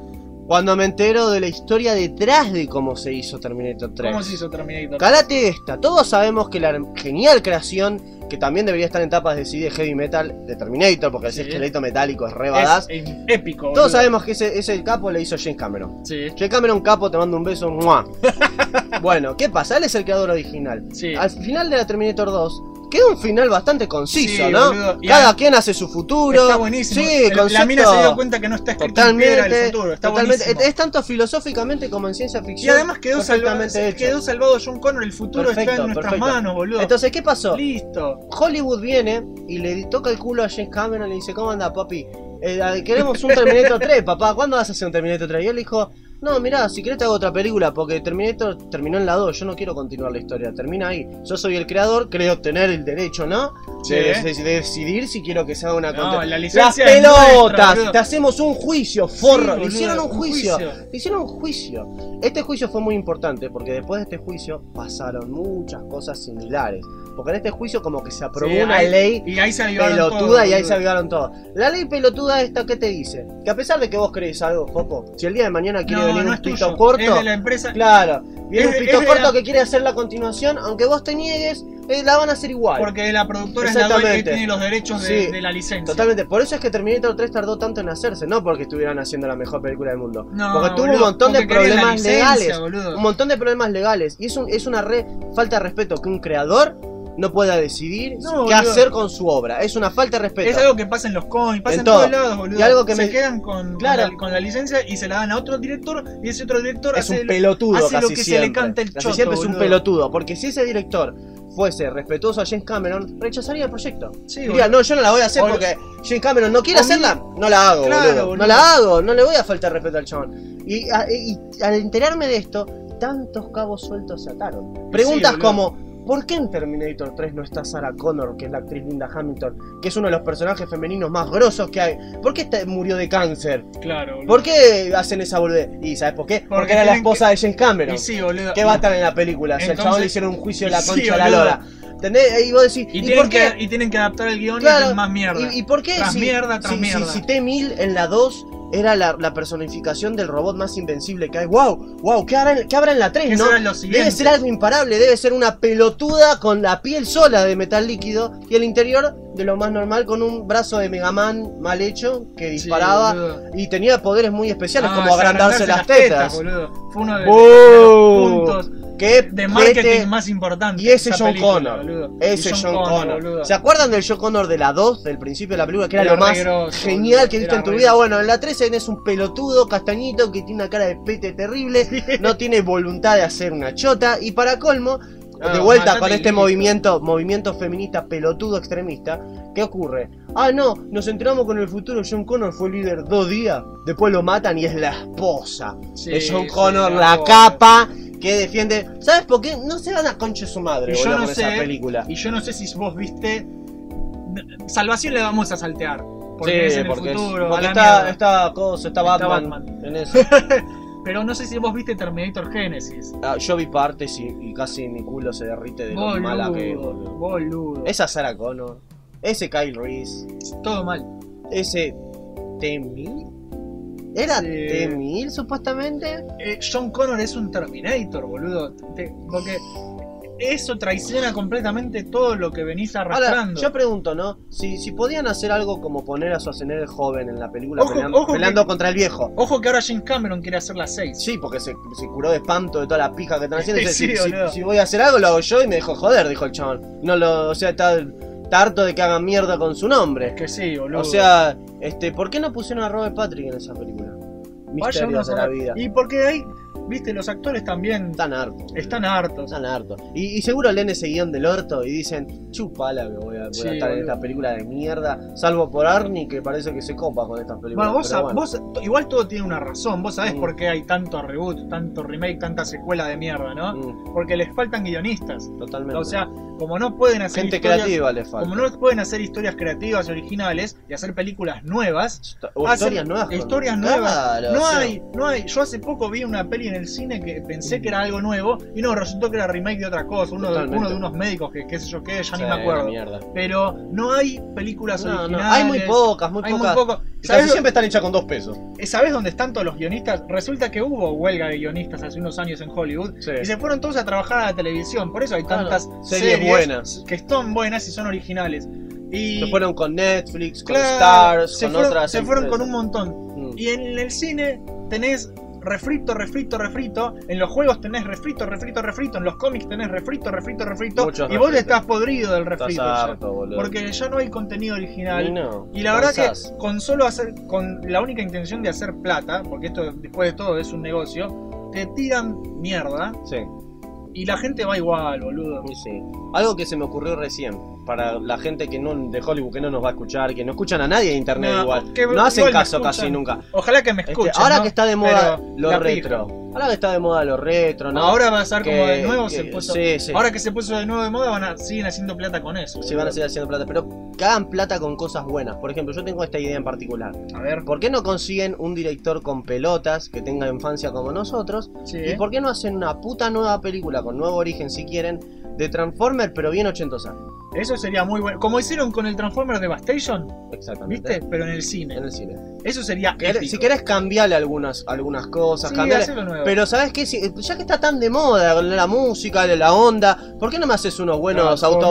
[SPEAKER 3] Cuando me entero de la historia detrás de cómo se hizo Terminator 3.
[SPEAKER 2] ¿Cómo se hizo Terminator?
[SPEAKER 3] Calate esta, todos sabemos que la genial creación, que también debería estar en tapas de CD heavy metal de Terminator, porque
[SPEAKER 2] Sí.
[SPEAKER 3] ese esqueleto metálico es re
[SPEAKER 2] es,
[SPEAKER 3] badass.
[SPEAKER 2] eh, épico.
[SPEAKER 3] Todos
[SPEAKER 2] boludo.
[SPEAKER 3] sabemos que ese, ese capo le hizo James Cameron.
[SPEAKER 2] Sí,
[SPEAKER 3] James Cameron, capo, te mando un beso. ¡mua! bueno, ¿qué pasa? Él es el creador original.
[SPEAKER 2] sí.
[SPEAKER 3] Al final de la Terminator 2, queda un final bastante conciso,
[SPEAKER 2] Sí,
[SPEAKER 3] ¿no?
[SPEAKER 2] boludo, y
[SPEAKER 3] Cada
[SPEAKER 2] al-
[SPEAKER 3] quien hace su futuro.
[SPEAKER 2] Está buenísimo.
[SPEAKER 3] Sí,
[SPEAKER 2] El- La mina
[SPEAKER 3] concepto
[SPEAKER 2] se dio cuenta que no está escrito en piedra el
[SPEAKER 3] Totalmente,
[SPEAKER 2] futuro. Está
[SPEAKER 3] totalmente.
[SPEAKER 2] buenísimo.
[SPEAKER 3] Es, es tanto filosóficamente como en ciencia
[SPEAKER 2] Y
[SPEAKER 3] ficción.
[SPEAKER 2] además quedó salvado,
[SPEAKER 3] perfectamente hecho.
[SPEAKER 2] quedó salvado John Connor, el futuro está
[SPEAKER 3] Perfecto,
[SPEAKER 2] en nuestras
[SPEAKER 3] perfecto.
[SPEAKER 2] manos, boludo.
[SPEAKER 3] Entonces, ¿qué pasó?
[SPEAKER 2] Listo.
[SPEAKER 3] Hollywood viene y le toca el culo a James Cameron y le dice, ¿cómo anda, papi? Eh, queremos un Terminator 3, papá, ¿cuándo vas a hacer un Terminator 3? Y él dijo, No, mirá, si querés te hago otra película, porque Terminator terminó en la 2, yo no quiero continuar la historia, termina ahí. Yo soy el creador, creo tener el derecho, ¿no? De,
[SPEAKER 2] Sí.
[SPEAKER 3] de- de decidir si quiero que se haga una
[SPEAKER 2] No,
[SPEAKER 3] contra-
[SPEAKER 2] la licencia
[SPEAKER 3] ¡Las
[SPEAKER 2] es nuestra,
[SPEAKER 3] pelotas!
[SPEAKER 2] boludo.
[SPEAKER 3] te hacemos un juicio, forro.
[SPEAKER 2] Sí,
[SPEAKER 3] Le hicieron un
[SPEAKER 2] boludo,
[SPEAKER 3] juicio. Le hicieron un juicio. Este juicio fue muy importante, porque después de este juicio pasaron muchas cosas similares. Porque en este juicio como que se aprobó
[SPEAKER 2] Sí,
[SPEAKER 3] una
[SPEAKER 2] ahí-
[SPEAKER 3] ley
[SPEAKER 2] Y ahí se avivaron
[SPEAKER 3] pelotuda
[SPEAKER 2] todos,
[SPEAKER 3] y ahí se
[SPEAKER 2] boludo.
[SPEAKER 3] avivaron todos. La ley pelotuda esta que te dice, que a pesar de que vos crees algo, Jopo, si el día de mañana quiere
[SPEAKER 2] No,
[SPEAKER 3] venir
[SPEAKER 2] no
[SPEAKER 3] un
[SPEAKER 2] es
[SPEAKER 3] pito
[SPEAKER 2] tuyo. Es
[SPEAKER 3] corto,
[SPEAKER 2] de la empresa.
[SPEAKER 3] claro, viene
[SPEAKER 2] Es
[SPEAKER 3] un
[SPEAKER 2] de-
[SPEAKER 3] pito
[SPEAKER 2] es de
[SPEAKER 3] corto
[SPEAKER 2] la-
[SPEAKER 3] que quiere hacer la continuación, aunque vos te niegues, eh, la van a hacer igual.
[SPEAKER 2] Porque la productora es la dueña que
[SPEAKER 3] Exactamente.
[SPEAKER 2] tiene los derechos de,
[SPEAKER 3] Sí.
[SPEAKER 2] de la licencia.
[SPEAKER 3] Totalmente, por eso es que Terminator 3 tardó tanto en hacerse, no porque estuvieran haciendo la mejor película del mundo,
[SPEAKER 2] No,
[SPEAKER 3] porque tuvo un
[SPEAKER 2] boludo,
[SPEAKER 3] montón de
[SPEAKER 2] porque querían la
[SPEAKER 3] problemas
[SPEAKER 2] licencia,
[SPEAKER 3] legales,
[SPEAKER 2] boludo.
[SPEAKER 3] un montón de problemas legales, y es, un- es una re- falta de respeto que un creador no pueda decidir
[SPEAKER 2] No,
[SPEAKER 3] qué
[SPEAKER 2] boludo.
[SPEAKER 3] hacer con su obra, es una falta de respeto.
[SPEAKER 2] Es algo que pasa en los cómics, pasa
[SPEAKER 3] En
[SPEAKER 2] en, todos
[SPEAKER 3] todo.
[SPEAKER 2] lados, boludo.
[SPEAKER 3] Y algo que
[SPEAKER 2] se
[SPEAKER 3] me-
[SPEAKER 2] quedan con,
[SPEAKER 3] Claro.
[SPEAKER 2] con, la, con la licencia y se la dan a otro director y ese otro director
[SPEAKER 3] es
[SPEAKER 2] hace
[SPEAKER 3] un
[SPEAKER 2] lo-
[SPEAKER 3] pelotudo
[SPEAKER 2] hace lo
[SPEAKER 3] casi
[SPEAKER 2] que se le
[SPEAKER 3] siempre.
[SPEAKER 2] canta el
[SPEAKER 3] Casi
[SPEAKER 2] choto,
[SPEAKER 3] siempre es un
[SPEAKER 2] boludo.
[SPEAKER 3] pelotudo, porque si ese director fuese respetuoso a James Cameron, rechazaría el proyecto.
[SPEAKER 2] Sí,
[SPEAKER 3] Diría,
[SPEAKER 2] boludo.
[SPEAKER 3] no, yo no la voy a hacer
[SPEAKER 2] O-
[SPEAKER 3] porque James Cameron no quiere
[SPEAKER 2] o mí-
[SPEAKER 3] hacerla, no la hago,
[SPEAKER 2] Claro,
[SPEAKER 3] boludo.
[SPEAKER 2] boludo.
[SPEAKER 3] No la hago, no le voy a faltar respeto al chabón. Y, a- y- y al enterarme de esto, tantos cabos sueltos se ataron. Preguntas
[SPEAKER 2] boludo.
[SPEAKER 3] como, ¿por qué en Terminator 3 no está Sarah Connor, que es la actriz Linda Hamilton, que es uno de los personajes femeninos más grosos que hay? ¿Por qué esta- murió de cáncer?
[SPEAKER 2] Claro, boludo.
[SPEAKER 3] ¿Por qué hacen esa boludez? ¿Y sabes por qué? Porque,
[SPEAKER 2] Porque
[SPEAKER 3] era la
[SPEAKER 2] tienen
[SPEAKER 3] esposa de James Cameron.
[SPEAKER 2] Y sí, boludo.
[SPEAKER 3] ¿Qué va a estar en la película? Si al
[SPEAKER 2] Entonces-
[SPEAKER 3] chabón le hicieron un juicio de la
[SPEAKER 2] Sí,
[SPEAKER 3] concha a la
[SPEAKER 2] boludo.
[SPEAKER 3] lora. ¿Entendés? Y vos decís,
[SPEAKER 2] Y,
[SPEAKER 3] ¿y,
[SPEAKER 2] tienen
[SPEAKER 3] por
[SPEAKER 2] que,
[SPEAKER 3] qué?
[SPEAKER 2] y tienen que adaptar el guión y hacer más mierda.
[SPEAKER 3] ¿Y, y por qué?
[SPEAKER 2] Tras
[SPEAKER 3] si,
[SPEAKER 2] mierda, tras
[SPEAKER 3] si-
[SPEAKER 2] mierda.
[SPEAKER 3] si- si T-1000 en la 2 era la, la personificación del robot más invencible que hay. ¡Wow! ¡Wow! ¿Qué habrá, en- qué habrá en la 3,
[SPEAKER 2] ¿Qué
[SPEAKER 3] no?
[SPEAKER 2] será lo siguiente?
[SPEAKER 3] Debe ser algo imparable, debe ser una pelotuda con la piel sola de metal líquido y el interior de lo más normal con un brazo de Megaman mal hecho que
[SPEAKER 2] Sí,
[SPEAKER 3] disparaba
[SPEAKER 2] boludo.
[SPEAKER 3] y tenía poderes muy especiales
[SPEAKER 2] Ah,
[SPEAKER 3] como
[SPEAKER 2] se
[SPEAKER 3] agrandarse las tetas.
[SPEAKER 2] boludo. Fue uno de, de
[SPEAKER 3] ¡Wow!
[SPEAKER 2] los puntos
[SPEAKER 3] ¡Qué
[SPEAKER 2] de marketing
[SPEAKER 3] pete!
[SPEAKER 2] más importante.
[SPEAKER 3] Y ese
[SPEAKER 2] de esa
[SPEAKER 3] John
[SPEAKER 2] película,
[SPEAKER 3] Connor.
[SPEAKER 2] boludo.
[SPEAKER 3] Ese
[SPEAKER 2] Y
[SPEAKER 3] John, Connor.
[SPEAKER 2] boludo.
[SPEAKER 3] ¿Se acuerdan del John Connor de la 2, del principio de la película, que era,
[SPEAKER 2] Era
[SPEAKER 3] lo más
[SPEAKER 2] re grosso,
[SPEAKER 3] genial
[SPEAKER 2] boludo,
[SPEAKER 3] que viste
[SPEAKER 2] era
[SPEAKER 3] en tu
[SPEAKER 2] re
[SPEAKER 3] vida?
[SPEAKER 2] grosso.
[SPEAKER 3] Bueno, en la 3 es un pelotudo castañito que tiene una cara de pete terrible, no tiene voluntad de hacer una chota y para colmo,
[SPEAKER 2] Ah,
[SPEAKER 3] de vuelta
[SPEAKER 2] matate
[SPEAKER 3] con
[SPEAKER 2] y
[SPEAKER 3] este
[SPEAKER 2] listo.
[SPEAKER 3] movimiento, movimiento feminista pelotudo extremista, ¿qué ocurre? Ah, no, nos enteramos con el futuro John Connor fue líder dos días, después lo matan y es la esposa
[SPEAKER 2] Sí,
[SPEAKER 3] de John
[SPEAKER 2] sí,
[SPEAKER 3] Connor,
[SPEAKER 2] la
[SPEAKER 3] la
[SPEAKER 2] pobre.
[SPEAKER 3] capa que defiende. ¿Sabes por qué? No se van a concha su madre,
[SPEAKER 2] Y yo
[SPEAKER 3] boludo,
[SPEAKER 2] no
[SPEAKER 3] con
[SPEAKER 2] sé,
[SPEAKER 3] esa película.
[SPEAKER 2] Y yo no sé si vos viste. Salvación le vamos a saltear. Porque
[SPEAKER 3] Sí,
[SPEAKER 2] es en
[SPEAKER 3] porque
[SPEAKER 2] el
[SPEAKER 3] es-
[SPEAKER 2] futuro.
[SPEAKER 3] porque
[SPEAKER 2] la
[SPEAKER 3] está,
[SPEAKER 2] mierda.
[SPEAKER 3] está cosa, está
[SPEAKER 2] Está
[SPEAKER 3] Batman,
[SPEAKER 2] Batman.
[SPEAKER 3] en eso.
[SPEAKER 2] Pero no sé si vos viste Terminator Genesis.
[SPEAKER 3] Ah, yo vi partes y, y casi mi culo se derrite de lo mala que es,
[SPEAKER 2] Boludo.
[SPEAKER 3] boludo.
[SPEAKER 2] Boludo.
[SPEAKER 3] Esa Sarah Connor, ese Kyle Reese,
[SPEAKER 2] todo mal.
[SPEAKER 3] ese T-1000. ¿Era
[SPEAKER 2] Sí.
[SPEAKER 3] T-1000 supuestamente?
[SPEAKER 2] Eh, John Connor es un Terminator, boludo. Te- porque eso traiciona completamente todo lo que venís
[SPEAKER 3] Ahora,
[SPEAKER 2] arrastrando.
[SPEAKER 3] yo pregunto, ¿no? Si, si podían hacer algo como poner a Schwarzenegger joven en la película
[SPEAKER 2] Ojo,
[SPEAKER 3] peleando,
[SPEAKER 2] ojo que-
[SPEAKER 3] peleando contra el viejo.
[SPEAKER 2] Ojo que ahora James Cameron quiere hacer las 6.
[SPEAKER 3] Sí, porque se, se curó de espanto de toda la pija que están haciendo. Dice,
[SPEAKER 2] Sí,
[SPEAKER 3] si, si-
[SPEAKER 2] boludo.
[SPEAKER 3] si voy a hacer algo, lo hago yo y me dejó joder, dijo el chabón. No lo, o sea, está, está harto de que hagan mierda con su nombre.
[SPEAKER 2] Que sí, boludo.
[SPEAKER 3] O sea, este, ¿por qué no pusieron a Robert Patrick en esa película?
[SPEAKER 2] Vaya uno a
[SPEAKER 3] Misterios de la
[SPEAKER 2] saber.
[SPEAKER 3] vida.
[SPEAKER 2] Y porque ahí, viste, los actores también
[SPEAKER 3] Están hartos.
[SPEAKER 2] están hartos.
[SPEAKER 3] Están hartos. Y, y seguro leen ese guión del orto y dicen, chupala que voy a, voy a
[SPEAKER 2] Sí,
[SPEAKER 3] estar en
[SPEAKER 2] boludo.
[SPEAKER 3] esta película de mierda. Salvo por Arnie, que parece que se copa con estas películas.
[SPEAKER 2] Bueno, vos,
[SPEAKER 3] pero
[SPEAKER 2] sab-
[SPEAKER 3] bueno.
[SPEAKER 2] vos- t- igual todo tiene una razón. Vos sabés
[SPEAKER 3] Mm.
[SPEAKER 2] por qué hay tanto reboot, tanto remake, tanta secuela de mierda, ¿no?
[SPEAKER 3] Mm,
[SPEAKER 2] Porque les faltan guionistas.
[SPEAKER 3] totalmente.
[SPEAKER 2] O sea, como no pueden hacer
[SPEAKER 3] Gente
[SPEAKER 2] historias,
[SPEAKER 3] creativa le falta.
[SPEAKER 2] como no pueden hacer historias creativas originales y hacer películas nuevas,
[SPEAKER 3] O
[SPEAKER 2] hacen
[SPEAKER 3] uh, historias nuevas. con-
[SPEAKER 2] Ah, historias nuevas.
[SPEAKER 3] Claro,
[SPEAKER 2] no
[SPEAKER 3] o sea,
[SPEAKER 2] hay, no hay. Yo hace poco vi una peli en el cine que pensé que era algo nuevo y no, resultó que era remake de otra cosa, uno, de,
[SPEAKER 3] Totalmente.
[SPEAKER 2] uno de unos médicos que qué sé yo qué, ya
[SPEAKER 3] Sí,
[SPEAKER 2] ni
[SPEAKER 3] una
[SPEAKER 2] me acuerdo.
[SPEAKER 3] mierda.
[SPEAKER 2] Pero no hay películas
[SPEAKER 3] No, no,
[SPEAKER 2] originales.
[SPEAKER 3] Hay muy pocas, muy
[SPEAKER 2] hay
[SPEAKER 3] pocas.
[SPEAKER 2] muy poco.
[SPEAKER 3] Y Casi
[SPEAKER 2] ¿Sabes,
[SPEAKER 3] siempre están hechas con dos pesos.
[SPEAKER 2] sabes dónde están todos los guionistas? Resulta que hubo huelga de guionistas hace unos años en Hollywood y se fueron todos a trabajar a la televisión. Por eso hay
[SPEAKER 3] Claro,
[SPEAKER 2] tantas
[SPEAKER 3] series buenas.
[SPEAKER 2] que son buenas y son originales. Y
[SPEAKER 3] Se fueron con Netflix, con
[SPEAKER 2] claro,
[SPEAKER 3] Stars,
[SPEAKER 2] se
[SPEAKER 3] con
[SPEAKER 2] fueron-
[SPEAKER 3] otras.
[SPEAKER 2] se fueron con un
[SPEAKER 3] empresas.
[SPEAKER 2] montón.
[SPEAKER 3] Mm.
[SPEAKER 2] Y en el cine tenés refrito, refrito, refrito. En los juegos tenés refrito, refrito, refrito. En los cómics tenés refrito, refrito, refrito.
[SPEAKER 3] Muchos
[SPEAKER 2] y vos
[SPEAKER 3] refritos.
[SPEAKER 2] estás podrido del
[SPEAKER 3] Estás
[SPEAKER 2] refrito. ya.
[SPEAKER 3] harto, boludo.
[SPEAKER 2] porque ya no hay contenido
[SPEAKER 3] Y
[SPEAKER 2] original.
[SPEAKER 3] no,
[SPEAKER 2] Y la verdad
[SPEAKER 3] cansás.
[SPEAKER 2] que con solo hacer, con la única intención de hacer plata, porque esto después de todo es un negocio, te tiran mierda
[SPEAKER 3] Sí.
[SPEAKER 2] Y la gente va igual, boludo.
[SPEAKER 3] Y sí. Algo que se me ocurrió recién, para la gente que no de Hollywood que no nos va a escuchar, que no escuchan a nadie de internet
[SPEAKER 2] No,
[SPEAKER 3] igual.
[SPEAKER 2] que
[SPEAKER 3] no hacen
[SPEAKER 2] igual me
[SPEAKER 3] caso
[SPEAKER 2] escuchan.
[SPEAKER 3] casi nunca.
[SPEAKER 2] Ojalá que me
[SPEAKER 3] Este,
[SPEAKER 2] escuchen.
[SPEAKER 3] ahora
[SPEAKER 2] ¿no?
[SPEAKER 3] que está de moda
[SPEAKER 2] Pero
[SPEAKER 3] lo
[SPEAKER 2] la
[SPEAKER 3] retro. Ahora que está de moda lo retro, ¿no?
[SPEAKER 2] Ahora va a ser
[SPEAKER 3] Que-
[SPEAKER 2] como de nuevo se
[SPEAKER 3] que-
[SPEAKER 2] puso.
[SPEAKER 3] sí, sí.
[SPEAKER 2] Ahora que se puso de nuevo de moda, van a, siguen haciendo plata con eso.
[SPEAKER 3] se van a seguir haciendo plata, pero que hagan plata con cosas buenas. Por ejemplo, yo tengo esta idea en particular.
[SPEAKER 2] boludo. A ver,
[SPEAKER 3] ¿Por qué no consiguen un director con pelotas que tenga infancia como nosotros?
[SPEAKER 2] sí.
[SPEAKER 3] ¿Y por qué no hacen una puta nueva película con nuevo origen, si quieren, de Transformer, pero bien ochentosa?
[SPEAKER 2] Eso sería muy bueno. Como hicieron con el Transformer Devastation,
[SPEAKER 3] Exactamente.
[SPEAKER 2] ¿viste? Pero en el
[SPEAKER 3] En
[SPEAKER 2] cine.
[SPEAKER 3] el cine.
[SPEAKER 2] Eso sería.
[SPEAKER 3] Querés-
[SPEAKER 2] épico.
[SPEAKER 3] si querés cambiarle algunas, algunas cosas,
[SPEAKER 2] Sí,
[SPEAKER 3] cambiarle-
[SPEAKER 2] hacelo nuevo.
[SPEAKER 3] Pero sabes qué, Si- eh, ya que está tan de moda la música, la onda, ¿por qué no me haces unos buenos
[SPEAKER 2] Transformers,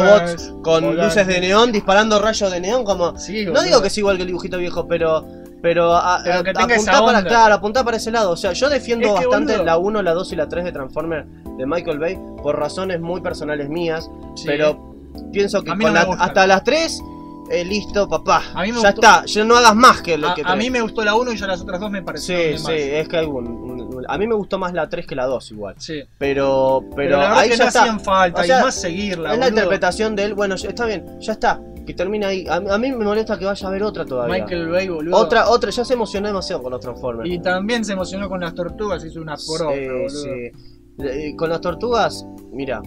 [SPEAKER 3] Autobots con
[SPEAKER 2] volantes.
[SPEAKER 3] luces de neón disparando rayos de neón como
[SPEAKER 2] Sí,
[SPEAKER 3] No
[SPEAKER 2] boludo.
[SPEAKER 3] digo que sea igual que el dibujito viejo, pero pero, a-
[SPEAKER 2] Pero que
[SPEAKER 3] a-
[SPEAKER 2] tenga esa
[SPEAKER 3] apuntá para
[SPEAKER 2] onda.
[SPEAKER 3] claro, apuntá para ese lado, o sea, yo defiendo
[SPEAKER 2] Es que,
[SPEAKER 3] bastante
[SPEAKER 2] boludo.
[SPEAKER 3] la 1, la 2 y la 3 de Transformer de Michael Bay por razones muy personales mías,
[SPEAKER 2] Sí.
[SPEAKER 3] pero pienso que
[SPEAKER 2] A mí
[SPEAKER 3] con
[SPEAKER 2] no me
[SPEAKER 3] la-
[SPEAKER 2] gustan.
[SPEAKER 3] hasta las 3 eh, listo, papá.
[SPEAKER 2] A mí me
[SPEAKER 3] ya
[SPEAKER 2] gustó-
[SPEAKER 3] está, ya no hagas más que lo
[SPEAKER 2] A,
[SPEAKER 3] que
[SPEAKER 2] a
[SPEAKER 3] tres.
[SPEAKER 2] mí me gustó la 1 y ya las otras dos me
[SPEAKER 3] Sí,
[SPEAKER 2] parecieron
[SPEAKER 3] sí,
[SPEAKER 2] de más.
[SPEAKER 3] es que hay un, un- un- A mí me gustó más la 3 que la 2 igual.
[SPEAKER 2] Sí.
[SPEAKER 3] Pero, pero,
[SPEAKER 2] Pero, la verdad
[SPEAKER 3] ahí
[SPEAKER 2] que
[SPEAKER 3] ya
[SPEAKER 2] no
[SPEAKER 3] está.
[SPEAKER 2] hacían falta
[SPEAKER 3] O sea,
[SPEAKER 2] y más seguirla.
[SPEAKER 3] es la
[SPEAKER 2] boludo.
[SPEAKER 3] interpretación de él. Bueno, ya- está bien, ya está. Que termina ahí. A, a mí me molesta que vaya a haber otra todavía.
[SPEAKER 2] Michael Bay, boludo.
[SPEAKER 3] otra, otra, ya se emocionó demasiado con los Transformers.
[SPEAKER 2] Y también se emocionó con las tortugas, hizo una poro.
[SPEAKER 3] Sí, sí. Eh, Con las tortugas, mira.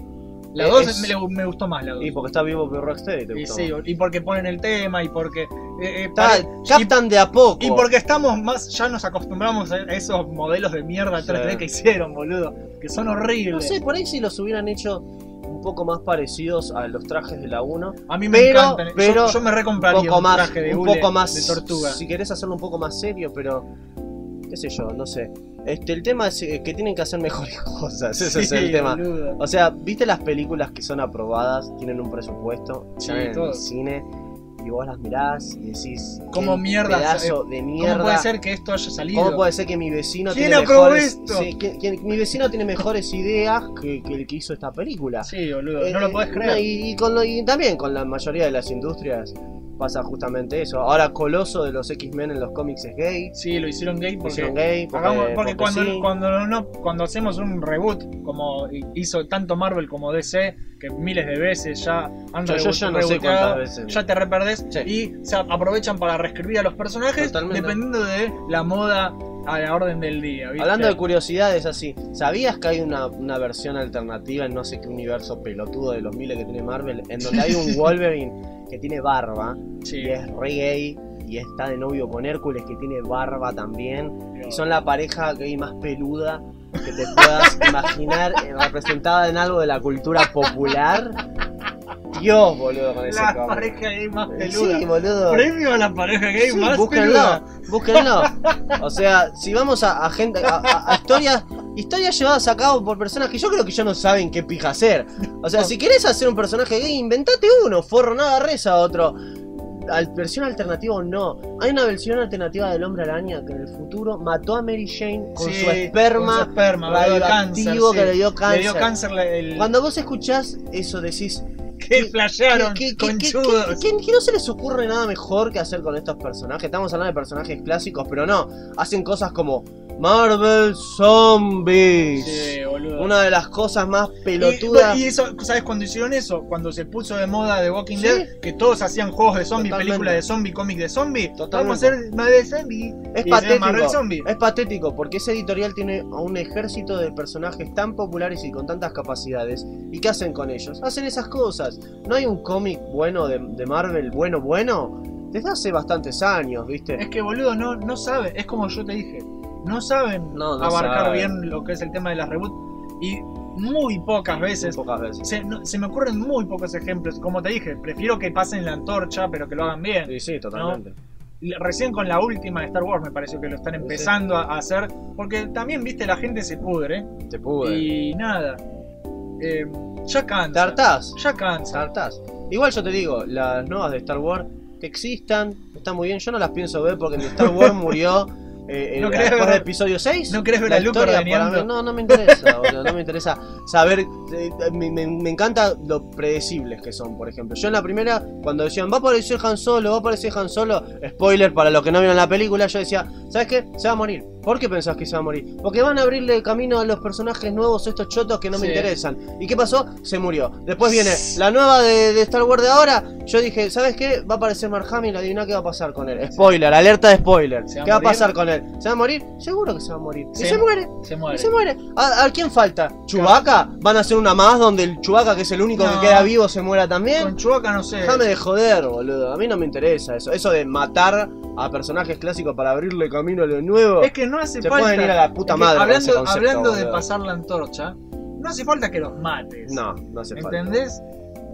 [SPEAKER 2] La
[SPEAKER 3] Eh,
[SPEAKER 2] 2
[SPEAKER 3] es-
[SPEAKER 2] me, le- me gustó más, la 2.
[SPEAKER 3] Y porque está vivo Bill Rocksteady, te
[SPEAKER 2] Y,
[SPEAKER 3] gustó.
[SPEAKER 2] sí, y porque ponen el tema y porque. eh, eh,
[SPEAKER 3] Está-
[SPEAKER 2] pare-
[SPEAKER 3] captan de a poco.
[SPEAKER 2] y, y porque estamos más. Ya nos acostumbramos a esos modelos de mierda
[SPEAKER 3] Sí.
[SPEAKER 2] 3D que hicieron, boludo. Que son horribles.
[SPEAKER 3] No sé, por ahí si los hubieran hecho un poco más parecidos a los trajes de la 1.
[SPEAKER 2] A mí me
[SPEAKER 3] Pero-
[SPEAKER 2] encantan. Yo-
[SPEAKER 3] pero
[SPEAKER 2] yo, me
[SPEAKER 3] un
[SPEAKER 2] recompraría
[SPEAKER 3] poco
[SPEAKER 2] un
[SPEAKER 3] más,
[SPEAKER 2] traje de
[SPEAKER 3] un
[SPEAKER 2] hule
[SPEAKER 3] poco más
[SPEAKER 2] de tortuga.
[SPEAKER 3] Si querés hacerlo un poco más serio, pero qué sé yo, no sé. Este, el tema es eh, que tienen que hacer mejores cosas, ese es el
[SPEAKER 2] Sí,
[SPEAKER 3] tema.
[SPEAKER 2] boludo.
[SPEAKER 3] O sea, viste las películas que son aprobadas, tienen un presupuesto,
[SPEAKER 2] Sí,
[SPEAKER 3] están en
[SPEAKER 2] todo.
[SPEAKER 3] el cine y vos las mirás y decís,
[SPEAKER 2] Como
[SPEAKER 3] qué
[SPEAKER 2] mierda,
[SPEAKER 3] pedazo de mierda.
[SPEAKER 2] ¿Cómo puede ser que esto haya salido?
[SPEAKER 3] ¿Cómo puede ser que mi vecino
[SPEAKER 2] ¿Quién
[SPEAKER 3] tiene
[SPEAKER 2] aprobó
[SPEAKER 3] mejores,
[SPEAKER 2] esto?
[SPEAKER 3] Sí, que- que mi vecino tiene mejores ideas que, que el que hizo esta película?
[SPEAKER 2] Sí, boludo.
[SPEAKER 3] Eh,
[SPEAKER 2] no lo podés
[SPEAKER 3] no,
[SPEAKER 2] creer.
[SPEAKER 3] y, y con lo- y también con la mayoría de las industrias pasa justamente eso. Ahora Coloso de los X-Men en los cómics es gay.
[SPEAKER 2] Sí, lo hicieron gay porque,
[SPEAKER 3] Hicieron gay porque-
[SPEAKER 2] hagamos- porque
[SPEAKER 3] porque
[SPEAKER 2] cuando,
[SPEAKER 3] sí.
[SPEAKER 2] cuando, no, cuando hacemos un reboot, como hizo tanto Marvel como DC, que miles de veces ya han
[SPEAKER 3] Yo- yo
[SPEAKER 2] reboot-
[SPEAKER 3] ya no sé
[SPEAKER 2] reboteado,
[SPEAKER 3] cuántas veces.
[SPEAKER 2] ya te reperdés
[SPEAKER 3] Sí.
[SPEAKER 2] y se aprovechan para reescribir a los personajes
[SPEAKER 3] Totalmente.
[SPEAKER 2] dependiendo de la moda a la orden del día. ¿viste?
[SPEAKER 3] Hablando de curiosidades así, ¿sabías que hay una, una versión alternativa en no sé qué universo pelotudo de los miles que tiene Marvel? En donde hay un Wolverine que tiene barba
[SPEAKER 2] Sí.
[SPEAKER 3] y es re gay y está de novio con Hércules que tiene barba también.
[SPEAKER 2] Digo,
[SPEAKER 3] Y son la pareja gay más peluda que te puedas imaginar eh, representada en algo de la cultura popular. Dios, boludo, con ese
[SPEAKER 2] la
[SPEAKER 3] cómic.
[SPEAKER 2] pareja gay más
[SPEAKER 3] Eh,
[SPEAKER 2] peluda.
[SPEAKER 3] Sí, boludo.
[SPEAKER 2] Premio a la pareja gay
[SPEAKER 3] Sí,
[SPEAKER 2] más
[SPEAKER 3] búsquenlo,
[SPEAKER 2] peluda.
[SPEAKER 3] búsquenlo. O sea, si vamos a, a gente, a, a- a historias, historias llevadas a cabo por personas que yo creo que ya no saben qué pija hacer. O sea, si querés hacer un personaje gay, inventate uno, forro, no agarres a otro. Al- versión alternativa o no. Hay una versión alternativa del hombre araña que en el futuro mató a Mary Jane con
[SPEAKER 2] Sí,
[SPEAKER 3] su esperma.
[SPEAKER 2] con su esperma, boludo, cáncer,
[SPEAKER 3] radioactivo
[SPEAKER 2] sí.
[SPEAKER 3] que le dio cáncer.
[SPEAKER 2] Le dio cáncer la- el,
[SPEAKER 3] Cuando vos escuchás eso decís,
[SPEAKER 2] que flashearon,
[SPEAKER 3] ¿Qué- qué- qué- qué-
[SPEAKER 2] conchudos.
[SPEAKER 3] qué- qué- qué no se les ocurre nada mejor que hacer con estos personajes? Estamos hablando de personajes clásicos, pero no. Hacen cosas como Marvel Zombies.
[SPEAKER 2] Sí, boludo.
[SPEAKER 3] Una de las cosas más
[SPEAKER 2] Y-
[SPEAKER 3] pelotudas.
[SPEAKER 2] Y, eso, ¿sabes cuando hicieron eso? Cuando se puso de moda The Walking
[SPEAKER 3] Sí.
[SPEAKER 2] Dead, que todos hacían juegos de zombie,
[SPEAKER 3] Totalmente.
[SPEAKER 2] películas de zombie, cómics de zombie.
[SPEAKER 3] Totalmente.
[SPEAKER 2] Vamos a hacer Marvel Zombie.
[SPEAKER 3] es
[SPEAKER 2] Y se llama Marvel
[SPEAKER 3] patético.
[SPEAKER 2] Zombie.
[SPEAKER 3] Es patético porque ese editorial tiene a un ejército de personajes tan populares y con tantas capacidades. ¿Y qué hacen con ellos? Hacen esas cosas. No hay un cómic bueno de, de Marvel, bueno, bueno. Desde hace bastantes años, ¿viste?
[SPEAKER 2] Es que boludo, no, no saben, es como yo te dije, no saben
[SPEAKER 3] No, no
[SPEAKER 2] abarcar
[SPEAKER 3] saben.
[SPEAKER 2] bien lo que es el tema de las reboot. Y muy pocas veces.
[SPEAKER 3] Muy pocas veces.
[SPEAKER 2] Se, no- se me ocurren muy pocos ejemplos. Como te dije, prefiero que pasen la antorcha, pero que lo hagan bien.
[SPEAKER 3] Sí, sí, totalmente.
[SPEAKER 2] Y Recién con la última de Star Wars me pareció que lo están empezando a a hacer. Porque también, viste, la gente se pudre.
[SPEAKER 3] Te pude.
[SPEAKER 2] Y nada. Eh, ya cansa.
[SPEAKER 3] Tartás,
[SPEAKER 2] Ya cansa.
[SPEAKER 3] tartás. Igual yo te digo, las nuevas de Star Wars que existan, están muy bien. Yo no las pienso ver porque en Star Wars murió eh, eh,
[SPEAKER 2] No querés
[SPEAKER 3] después
[SPEAKER 2] ver-
[SPEAKER 3] del episodio 6.
[SPEAKER 2] ¿No querés ver
[SPEAKER 3] La
[SPEAKER 2] a Luke
[SPEAKER 3] historia para
[SPEAKER 2] ordeñando?
[SPEAKER 3] mí- No, no me interesa, boludo, no me interesa saber. eh, me, me- me encanta lo predecibles que son, por ejemplo. Yo en la primera, cuando decían va a aparecer Han Solo, va a aparecer Han Solo, spoiler para los que no vieron la película, yo decía, ¿sabes qué? Se va a morir. ¿Por qué pensás que se va a morir? Porque van a abrirle camino a los personajes nuevos, estos chotos que no me
[SPEAKER 2] Sí.
[SPEAKER 3] interesan. ¿Y qué pasó? Se murió. Después viene la nueva de, de Star Wars de ahora. Yo dije, ¿sabes qué? Va a aparecer Mark Hamill, adivina qué va a pasar con él. Spoiler, alerta de spoiler.
[SPEAKER 2] ¿Se va a
[SPEAKER 3] ¿Qué va a
[SPEAKER 2] morir?
[SPEAKER 3] pasar con él? ¿Se va a morir? Seguro que se va a morir.
[SPEAKER 2] Sí.
[SPEAKER 3] Y se muere.
[SPEAKER 2] Se muere.
[SPEAKER 3] Y se muere. ¿A, a quién falta? ¿Chubaca? ¿Van a hacer una más donde el Chubaca, que es el único
[SPEAKER 2] No.
[SPEAKER 3] que queda vivo, se muera también?
[SPEAKER 2] Con Chewbacca no sé.
[SPEAKER 3] Déjame de joder, boludo. A mí no me interesa eso. Eso de matar a personajes clásicos para abrirle camino a lo nuevo.
[SPEAKER 2] Es que no hace
[SPEAKER 3] Se
[SPEAKER 2] falta.
[SPEAKER 3] pueden ir a la puta
[SPEAKER 2] es que
[SPEAKER 3] madre con
[SPEAKER 2] Hablando,
[SPEAKER 3] ese concepto,
[SPEAKER 2] hablando de
[SPEAKER 3] boludo.
[SPEAKER 2] pasar la antorcha, no hace falta que los mates.
[SPEAKER 3] No, no hace falta.
[SPEAKER 2] ¿Entendés?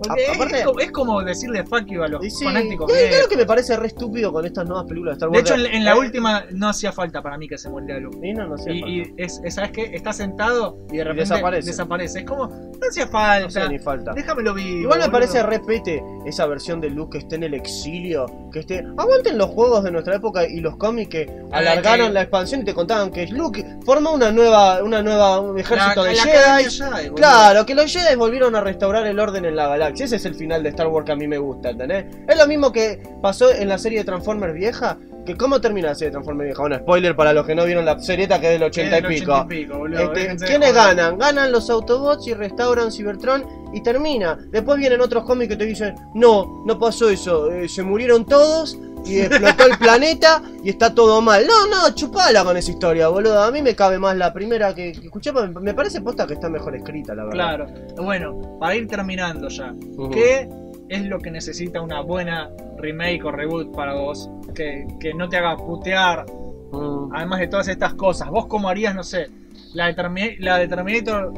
[SPEAKER 2] Porque
[SPEAKER 3] A-
[SPEAKER 2] es-
[SPEAKER 3] aparte-
[SPEAKER 2] es, como, es como decirle fuck you a los
[SPEAKER 3] Y sí,
[SPEAKER 2] fanáticos.
[SPEAKER 3] y hay
[SPEAKER 2] gays.
[SPEAKER 3] algo que me parece re estúpido con estas nuevas películas de Star
[SPEAKER 2] De
[SPEAKER 3] Wars.
[SPEAKER 2] hecho, en, en la
[SPEAKER 3] Eh,
[SPEAKER 2] última no hacía falta para mí que se muriera Luke.
[SPEAKER 3] y no, no hacía falta.
[SPEAKER 2] Y, y es, es- ¿sabes qué? Está sentado y de repente
[SPEAKER 3] desaparece.
[SPEAKER 2] desaparece. Es como, no hacía
[SPEAKER 3] no hacía
[SPEAKER 2] falta.
[SPEAKER 3] ni falta.
[SPEAKER 2] Déjamelo vivo.
[SPEAKER 3] Igual me
[SPEAKER 2] boludo.
[SPEAKER 3] parece repete esa versión de Luke que esté en el exilio, que esté... Aguanten los juegos de nuestra época y los cómics que alargaron
[SPEAKER 2] que-
[SPEAKER 3] la expansión y te contaban que Luke forma una nueva, una nueva, un ejército de
[SPEAKER 2] Academia
[SPEAKER 3] Jedi.
[SPEAKER 2] Jedi, boludo.
[SPEAKER 3] Claro, que los Jedi volvieron a restaurar el orden en la galaxia. Ese es el final de Star Wars que a mí me gusta, ¿entendés? Es lo mismo que pasó en la serie de Transformers vieja. Que ¿Cómo termina la serie de Transformers vieja? Bueno, spoiler para los que no vieron la serieta que es del
[SPEAKER 2] Que
[SPEAKER 3] 80 y
[SPEAKER 2] es del
[SPEAKER 3] pico.
[SPEAKER 2] 80 y pico, boludo.
[SPEAKER 3] Este,
[SPEAKER 2] Déjense de
[SPEAKER 3] ¿Quiénes
[SPEAKER 2] joder.
[SPEAKER 3] ganan? Ganan los Autobots y restauran Cybertron y termina. Después vienen otros cómics que te dicen, no, no pasó eso, eh, se murieron todos y explotó el planeta y está todo mal. No, no, chupala con esa historia, boludo. A mí me cabe más la primera que, que escuché, me- me parece posta que está mejor escrita, la verdad.
[SPEAKER 2] Claro. Bueno, para ir terminando ya.
[SPEAKER 3] Ujú.
[SPEAKER 2] ¿Qué es lo que necesita una buena remake o reboot para vos? Que, que no te haga putear,
[SPEAKER 3] Mm.
[SPEAKER 2] además de todas estas cosas. ¿Vos cómo harías, no sé, la de, Termi- la de Terminator,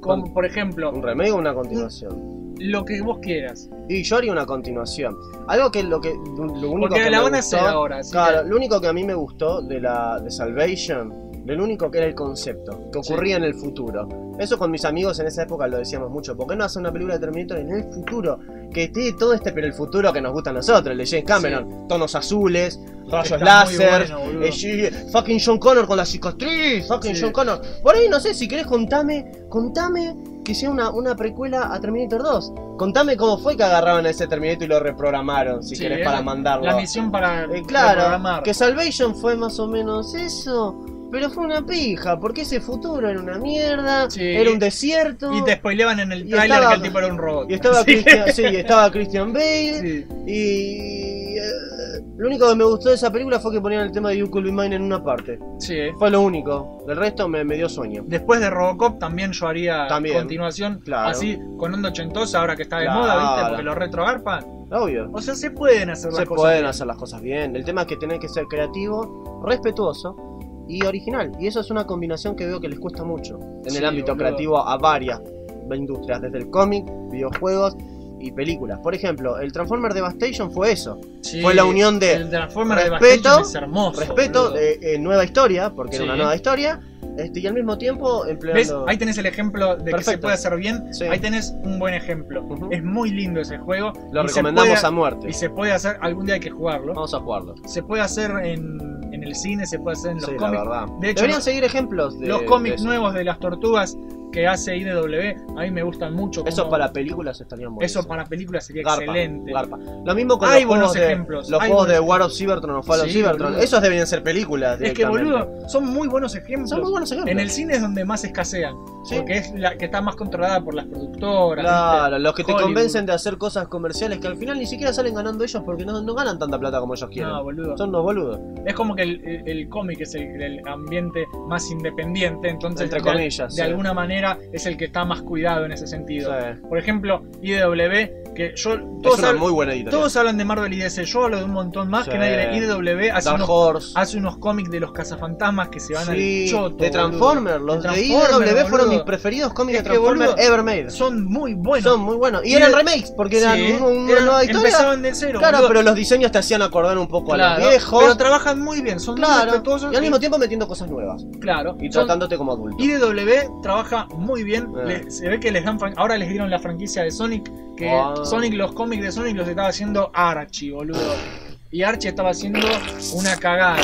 [SPEAKER 2] con,
[SPEAKER 3] Con-
[SPEAKER 2] por ejemplo,
[SPEAKER 3] ¿Un remake o una continuación?
[SPEAKER 2] lo que vos quieras?
[SPEAKER 3] Y yo haría una continuación. Algo que lo que lo único
[SPEAKER 2] Porque
[SPEAKER 3] que
[SPEAKER 2] la
[SPEAKER 3] me
[SPEAKER 2] van a hacer
[SPEAKER 3] gustó-
[SPEAKER 2] ahora. así
[SPEAKER 3] Claro,
[SPEAKER 2] que-
[SPEAKER 3] lo único que a mí me gustó de la de Salvation, del único que era el concepto, que ocurría en el futuro. Eso con mis amigos en esa época lo decíamos mucho. ¿Por qué no hacer una película de Terminator en el futuro? Que esté todo este, pero el futuro que nos gusta a nosotros, el de James Cameron. Tonos azules, rayos
[SPEAKER 2] muy
[SPEAKER 3] láser,
[SPEAKER 2] bueno, boludo.
[SPEAKER 3] eh, sí, fucking John Connor con la cicatriz, fucking
[SPEAKER 2] Sí.
[SPEAKER 3] John Connor. Por ahí, no sé, si querés contame, contame que sea una, una precuela a Terminator 2. Contame cómo fue que agarraron a ese Terminator y lo reprogramaron, si
[SPEAKER 2] Sí,
[SPEAKER 3] querés,
[SPEAKER 2] eh,
[SPEAKER 3] para mandarlo.
[SPEAKER 2] La misión para
[SPEAKER 3] Eh,
[SPEAKER 2] reprogramar.
[SPEAKER 3] claro, que Salvation fue más o menos eso, pero fue una pija, porque ese futuro era una mierda,
[SPEAKER 2] Sí.
[SPEAKER 3] era un desierto.
[SPEAKER 2] Y te spoileaban en el
[SPEAKER 3] Y
[SPEAKER 2] trailer
[SPEAKER 3] estaba-
[SPEAKER 2] que el tipo era un robot.
[SPEAKER 3] y estaba,
[SPEAKER 2] Así que-
[SPEAKER 3] Christian, sí, estaba Christian Bale.
[SPEAKER 2] Sí.
[SPEAKER 3] Y. eh, lo único que me gustó de esa película fue que ponían el tema de You Could Be Mine en una parte.
[SPEAKER 2] sí, eh.
[SPEAKER 3] Fue lo único. El resto me, me dio sueño.
[SPEAKER 2] Después de Robocop también yo haría
[SPEAKER 3] También.
[SPEAKER 2] continuación
[SPEAKER 3] Claro.
[SPEAKER 2] así con onda ochentosa ahora que está de
[SPEAKER 3] Claro.
[SPEAKER 2] moda, ¿viste? Porque los retrogarpan.
[SPEAKER 3] Obvio.
[SPEAKER 2] O sea, se pueden hacer las
[SPEAKER 3] Se
[SPEAKER 2] cosas.
[SPEAKER 3] pueden
[SPEAKER 2] bien.
[SPEAKER 3] hacer las cosas bien. El tema es que tenés que ser creativo, respetuoso y original. Y eso es una combinación que veo que les cuesta mucho en
[SPEAKER 2] Sí,
[SPEAKER 3] el ámbito
[SPEAKER 2] boludo.
[SPEAKER 3] creativo a varias industrias, desde el cómic, videojuegos y películas. Por ejemplo, el Transformer Devastation fue eso.
[SPEAKER 2] Sí,
[SPEAKER 3] Fue la unión de
[SPEAKER 2] el Transformer de
[SPEAKER 3] respeto,
[SPEAKER 2] Bastion es hermoso.
[SPEAKER 3] Respeto,
[SPEAKER 2] boludo.
[SPEAKER 3] eh, eh, nueva historia, porque
[SPEAKER 2] Sí.
[SPEAKER 3] era una nueva historia, este, y al mismo tiempo
[SPEAKER 2] ¿Ves?
[SPEAKER 3] empleando...
[SPEAKER 2] Ahí tenés el ejemplo de que se
[SPEAKER 3] Perfecto.
[SPEAKER 2] puede hacer bien.
[SPEAKER 3] Sí.
[SPEAKER 2] Ahí tenés un buen ejemplo.
[SPEAKER 3] Ujú.
[SPEAKER 2] Es muy lindo ese juego.
[SPEAKER 3] Lo
[SPEAKER 2] y se
[SPEAKER 3] recomendamos
[SPEAKER 2] puede-
[SPEAKER 3] a muerte.
[SPEAKER 2] Y se puede hacer, algún día hay que jugarlo.
[SPEAKER 3] Vamos a jugarlo.
[SPEAKER 2] Se puede hacer en, en el cine, se puede hacer en los
[SPEAKER 3] Sí, la
[SPEAKER 2] cómics.
[SPEAKER 3] verdad.
[SPEAKER 2] De hecho,
[SPEAKER 3] Deberían
[SPEAKER 2] no-
[SPEAKER 3] seguir ejemplos de
[SPEAKER 2] los
[SPEAKER 3] de
[SPEAKER 2] cómics
[SPEAKER 3] eso.
[SPEAKER 2] nuevos de las tortugas que hace IDW, a mí me gustan mucho.
[SPEAKER 3] Eso
[SPEAKER 2] como-
[SPEAKER 3] para películas estarían buenos.
[SPEAKER 2] eso para películas sería
[SPEAKER 3] Garpa,
[SPEAKER 2] excelente.
[SPEAKER 3] garpa. Lo mismo con
[SPEAKER 2] Hay
[SPEAKER 3] los juegos,
[SPEAKER 2] buenos
[SPEAKER 3] de,
[SPEAKER 2] ejemplos,
[SPEAKER 3] los
[SPEAKER 2] hay
[SPEAKER 3] juegos de
[SPEAKER 2] buenos
[SPEAKER 3] War of Cybertron o Fall of
[SPEAKER 2] Sí,
[SPEAKER 3] Cybertron.
[SPEAKER 2] boludo.
[SPEAKER 3] Esos deberían ser películas.
[SPEAKER 2] Es que
[SPEAKER 3] directamente.
[SPEAKER 2] boludo, son muy buenos ejemplos.
[SPEAKER 3] Son muy buenos ejemplos.
[SPEAKER 2] En el cine es donde más escasean,
[SPEAKER 3] Sí.
[SPEAKER 2] porque es la que está más controlada por las productoras.
[SPEAKER 3] Claro,
[SPEAKER 2] ¿viste?
[SPEAKER 3] los que te
[SPEAKER 2] Hollywood.
[SPEAKER 3] convencen de hacer cosas comerciales que al final ni siquiera salen ganando ellos porque no, no ganan tanta plata como ellos quieren.
[SPEAKER 2] No, boludo.
[SPEAKER 3] Son unos boludos,
[SPEAKER 2] Es como que el, el- el cómic es el, el ambiente más independiente, entonces
[SPEAKER 3] entre
[SPEAKER 2] de,
[SPEAKER 3] comillas. sí.
[SPEAKER 2] de alguna manera es el que está más cuidado en ese sentido.
[SPEAKER 3] Sí.
[SPEAKER 2] Por ejemplo, IDW, que yo
[SPEAKER 3] Es
[SPEAKER 2] todos,
[SPEAKER 3] una
[SPEAKER 2] hablan,
[SPEAKER 3] muy buena editorial.
[SPEAKER 2] todos hablan de Marvel y DC, yo hablo de un montón más
[SPEAKER 3] Sí.
[SPEAKER 2] que nadie. lee. IDW hace
[SPEAKER 3] Dark
[SPEAKER 2] unos
[SPEAKER 3] Horse.
[SPEAKER 2] hace unos cómics de los cazafantasmas que se van
[SPEAKER 3] Sí,
[SPEAKER 2] al choto.
[SPEAKER 3] de
[SPEAKER 2] boludo.
[SPEAKER 3] Transformers, los de,
[SPEAKER 2] Transformers,
[SPEAKER 3] IDW fueron
[SPEAKER 2] boludo.
[SPEAKER 3] mis preferidos cómics
[SPEAKER 2] Es
[SPEAKER 3] de
[SPEAKER 2] que, boludo,
[SPEAKER 3] Transformers ever made.
[SPEAKER 2] Son muy buenos.
[SPEAKER 3] Son muy buenos. Y,
[SPEAKER 2] Y
[SPEAKER 3] eran
[SPEAKER 2] de-
[SPEAKER 3] remakes, porque eran
[SPEAKER 2] Sí,
[SPEAKER 3] un- una
[SPEAKER 2] eran-
[SPEAKER 3] nueva historia.
[SPEAKER 2] Empezaban de cero.
[SPEAKER 3] Claro,
[SPEAKER 2] boludo.
[SPEAKER 3] pero los diseños te hacían acordar un poco a
[SPEAKER 2] Claro,
[SPEAKER 3] los viejos.
[SPEAKER 2] Pero trabajan muy bien, son muy
[SPEAKER 3] claro.
[SPEAKER 2] respetuosos.
[SPEAKER 3] Y al mismo tiempo metiendo cosas nuevas.
[SPEAKER 2] Claro.
[SPEAKER 3] Y
[SPEAKER 2] son-
[SPEAKER 3] tratándote como adulto.
[SPEAKER 2] IDW trabaja muy bien.
[SPEAKER 3] Eh.
[SPEAKER 2] le- se ve que les dan. fran- Ahora les dieron la franquicia de Sonic. Que
[SPEAKER 3] Ah.
[SPEAKER 2] Sonic, los cómics de Sonic los estaba haciendo Archie, boludo. Y Archie estaba haciendo una cagada.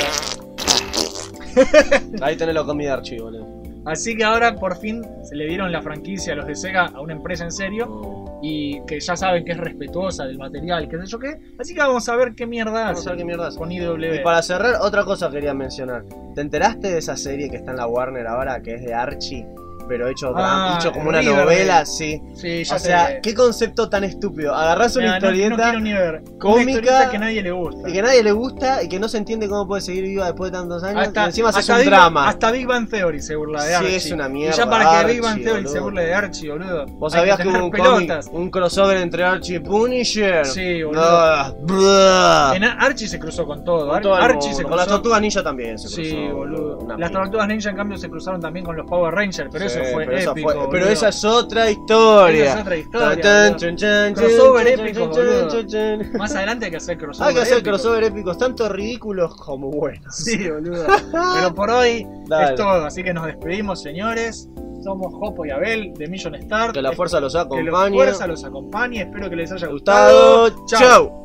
[SPEAKER 3] Ahí tenés la comida de archivo, boludo.
[SPEAKER 2] Así que ahora por fin se le dieron la franquicia a los de Sega a una empresa en serio. y que ya saben que es respetuosa del material, qué sé yo qué. Así que vamos a ver qué mierda
[SPEAKER 3] Vamos a
[SPEAKER 2] hace
[SPEAKER 3] ver qué mierda hace.
[SPEAKER 2] con IW.
[SPEAKER 3] Ah, Y para cerrar, otra cosa quería mencionar. ¿Te enteraste de esa serie que está en la Warner ahora, que es de Archie? Pero hecho,
[SPEAKER 2] Ah,
[SPEAKER 3] hecho como una
[SPEAKER 2] Riverdale.
[SPEAKER 3] novela, sí.
[SPEAKER 2] Sí, ya
[SPEAKER 3] O sea,
[SPEAKER 2] sé.
[SPEAKER 3] qué concepto tan estúpido. Agarrás una
[SPEAKER 2] Mira, no- no
[SPEAKER 3] historieta
[SPEAKER 2] quiero ni ver. Una
[SPEAKER 3] cómica
[SPEAKER 2] historieta que nadie le gusta.
[SPEAKER 3] y que a nadie le gusta y que no se entiende cómo puede seguir viva después de tantos años. y encima es
[SPEAKER 2] hasta
[SPEAKER 3] un
[SPEAKER 2] Big-
[SPEAKER 3] drama.
[SPEAKER 2] Hasta Big Bang Theory se burla de
[SPEAKER 3] Sí,
[SPEAKER 2] Archie.
[SPEAKER 3] es una mierda,
[SPEAKER 2] Y ya para que Big Bang
[SPEAKER 3] Archie,
[SPEAKER 2] Theory se
[SPEAKER 3] boludo.
[SPEAKER 2] burla de Archie, boludo.
[SPEAKER 3] Vos
[SPEAKER 2] hay
[SPEAKER 3] sabías que,
[SPEAKER 2] tener
[SPEAKER 3] hubo un,
[SPEAKER 2] pelotas.
[SPEAKER 3] cómic- un crossover entre Archie y Punisher.
[SPEAKER 2] Sí, boludo.
[SPEAKER 3] Ah, blah.
[SPEAKER 2] En Ar- Archie se cruzó con todo.
[SPEAKER 3] Con
[SPEAKER 2] Ar-
[SPEAKER 3] todo el
[SPEAKER 2] Archie
[SPEAKER 3] mundo.
[SPEAKER 2] se cruzó
[SPEAKER 3] Con las tortugas ninja también se cruzó.
[SPEAKER 2] Sí, boludo.
[SPEAKER 3] Una
[SPEAKER 2] Las
[SPEAKER 3] mierda.
[SPEAKER 2] tortugas ninja en cambio se cruzaron también con los Power Rangers, pero
[SPEAKER 3] Sí,
[SPEAKER 2] eso fue
[SPEAKER 3] pero eso
[SPEAKER 2] épico.
[SPEAKER 3] fue- pero
[SPEAKER 2] boludo.
[SPEAKER 3] esa es otra
[SPEAKER 2] Esa es
[SPEAKER 3] historia.
[SPEAKER 2] otra historia,
[SPEAKER 3] Tan, tan,
[SPEAKER 2] boludo.
[SPEAKER 3] chun, chan,
[SPEAKER 2] Crossover
[SPEAKER 3] chan,
[SPEAKER 2] épico,
[SPEAKER 3] chan,
[SPEAKER 2] boludo.
[SPEAKER 3] chan, chan, chan.
[SPEAKER 2] Más adelante hay que hacer crossover.
[SPEAKER 3] Ah, Hay que hacer
[SPEAKER 2] épico.
[SPEAKER 3] crossover épicos, tanto ridículos como buenos.
[SPEAKER 2] Sí, boludo. Pero por hoy
[SPEAKER 3] Dale.
[SPEAKER 2] es todo, así que nos despedimos, señores. Somos Jopo y Abel de Million Star.
[SPEAKER 3] Que la fuerza los
[SPEAKER 2] que la
[SPEAKER 3] acompañe.
[SPEAKER 2] fuerza los acompañe. Espero que les haya gustado.
[SPEAKER 3] Gustado. Chau.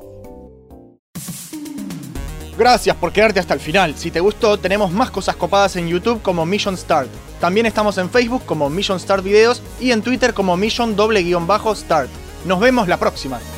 [SPEAKER 1] Gracias por quedarte hasta el final. Si te gustó, tenemos más cosas copadas en YouTube como Mission Start. También estamos en Facebook como Mission Start Videos y en Twitter como Mission doble guión bajo Start. Nos vemos la próxima.